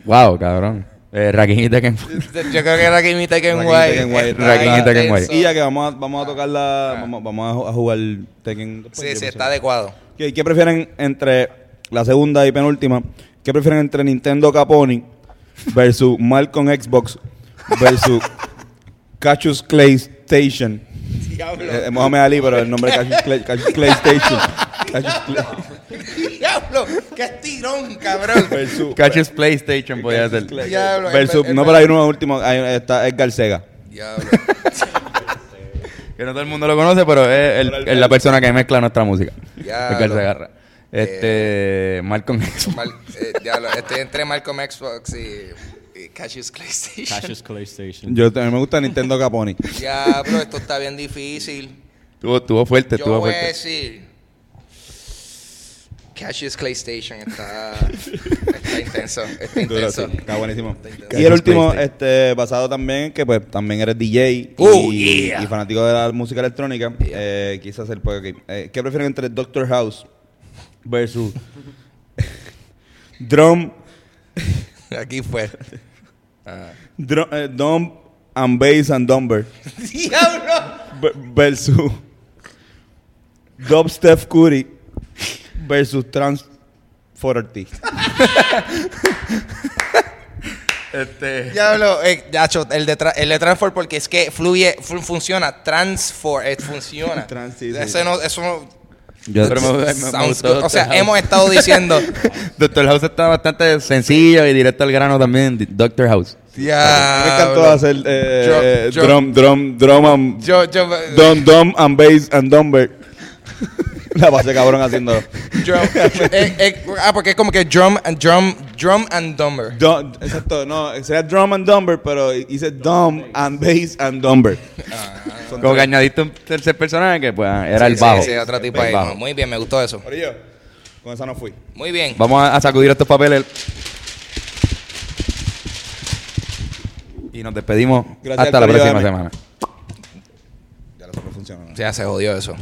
C: Wow, cabrón. Eh, Raquinita que...
B: Yo creo que Rakim y Tekken
A: Rakim y
B: White.
A: Tekken White, Ah,
B: está
C: Rakim y Tekken
B: intenso.
C: White.
A: y ya que vamos a, vamos a tocar la. Vamos, vamos a ju- a jugar Tekken. después,
B: Sí,
A: yo
B: sí,
A: pienso.
B: está adecuado.
A: ¿Qué, qué prefieren entre la segunda y penúltima? ¿Qué prefieren entre Nintendo Caponi versus Malcolm Xbox versus Cassius Clay Station?
B: Diablo.
A: Eh, eh, Mohamed Ali, pero el nombre es Cassius Clay, Cassius Clay Station. Cassius Clay
B: Diablo, qué tirón, cabrón.
A: versus,
C: Catches PlayStation, podía ser.
A: Clay-
B: Diablo,
A: versus-
B: el- el-
A: no, pero hay uno último. Hay, está Edgar Sega.
B: Diablo.
C: Que no todo el mundo lo conoce, pero es, el- es la persona que mezcla nuestra música.
B: Ya,
C: El que
B: lo-
C: se agarra. Este. Malcolm X.
B: Mal- eh, diablo, Estoy entre Malcolm Xbox y, y Cassius PlayStation.
E: Cassius Clay Station.
A: Yo también me gusta Nintendo Caponi.
B: Diablo, esto está bien difícil.
C: Estuvo, estuvo fuerte,
B: Yo pues,
C: estuvo
B: voy a
C: fuerte.
B: decir. Cassius Clay Station está, está intenso. Está
A: Duro, sí.
B: intenso.
A: Está buenísimo.
B: intenso.
A: Y el último, este, basado también, que pues también eres DJ y,
B: Oh, yeah.
A: y fanático de la música electrónica, eh, quise hacer pues, ok, eh, ¿Qué prefieren entre Doctor House versus Drum,
B: Aquí fue.
A: drum, eh, Dumb and Bass and Dumber
B: ¡Diablo!
A: ver- versus Dubstep Curry versus Trans 40?
B: Diablo, eh, Nacho, el de, tra- el de Transfor, porque es que fluye, fun- funciona. Transfor, eh, funciona.
A: Trans, sí, sí.
B: Ese no, eso no.
C: Yo, pero me- me- me
B: pues, sounds
C: gustó este
B: good. O sea,
C: Doctor House.
B: hemos estado diciendo.
C: Doctor House está bastante sencillo y directo al grano también. di- Doctor House.
A: Me encantó
B: Diablo.
A: hacer eh,
B: Yo- yo-
A: drum, drum, drum and
B: Yo, yo,
A: Dom, Dom and Bass and Dumber. La pasé cabrón haciendo.
B: drum, eh, eh, ah, porque es como que drum and drum, drum and dumber.
A: Dom- exacto, no, sería Drum and Dumber, pero hice Dom and Bass and Dumber. Son
C: Como que
A: tres.
C: añadiste un tercer personaje que pues, era
B: Sí,
C: el bajo.
B: Sí, sí, otro tipo
C: El
B: ahí.
C: bajo.
B: Muy bien, me gustó eso.
A: Corillo, con esa no fui.
B: Muy bien.
C: Vamos a, a sacudir estos papeles. Y nos despedimos
A: Gracias
C: hasta
A: al
C: la
A: corillo
C: próxima
A: de M.
C: semana.
A: Ya lo que no funciona.
B: Ya se jodió eso.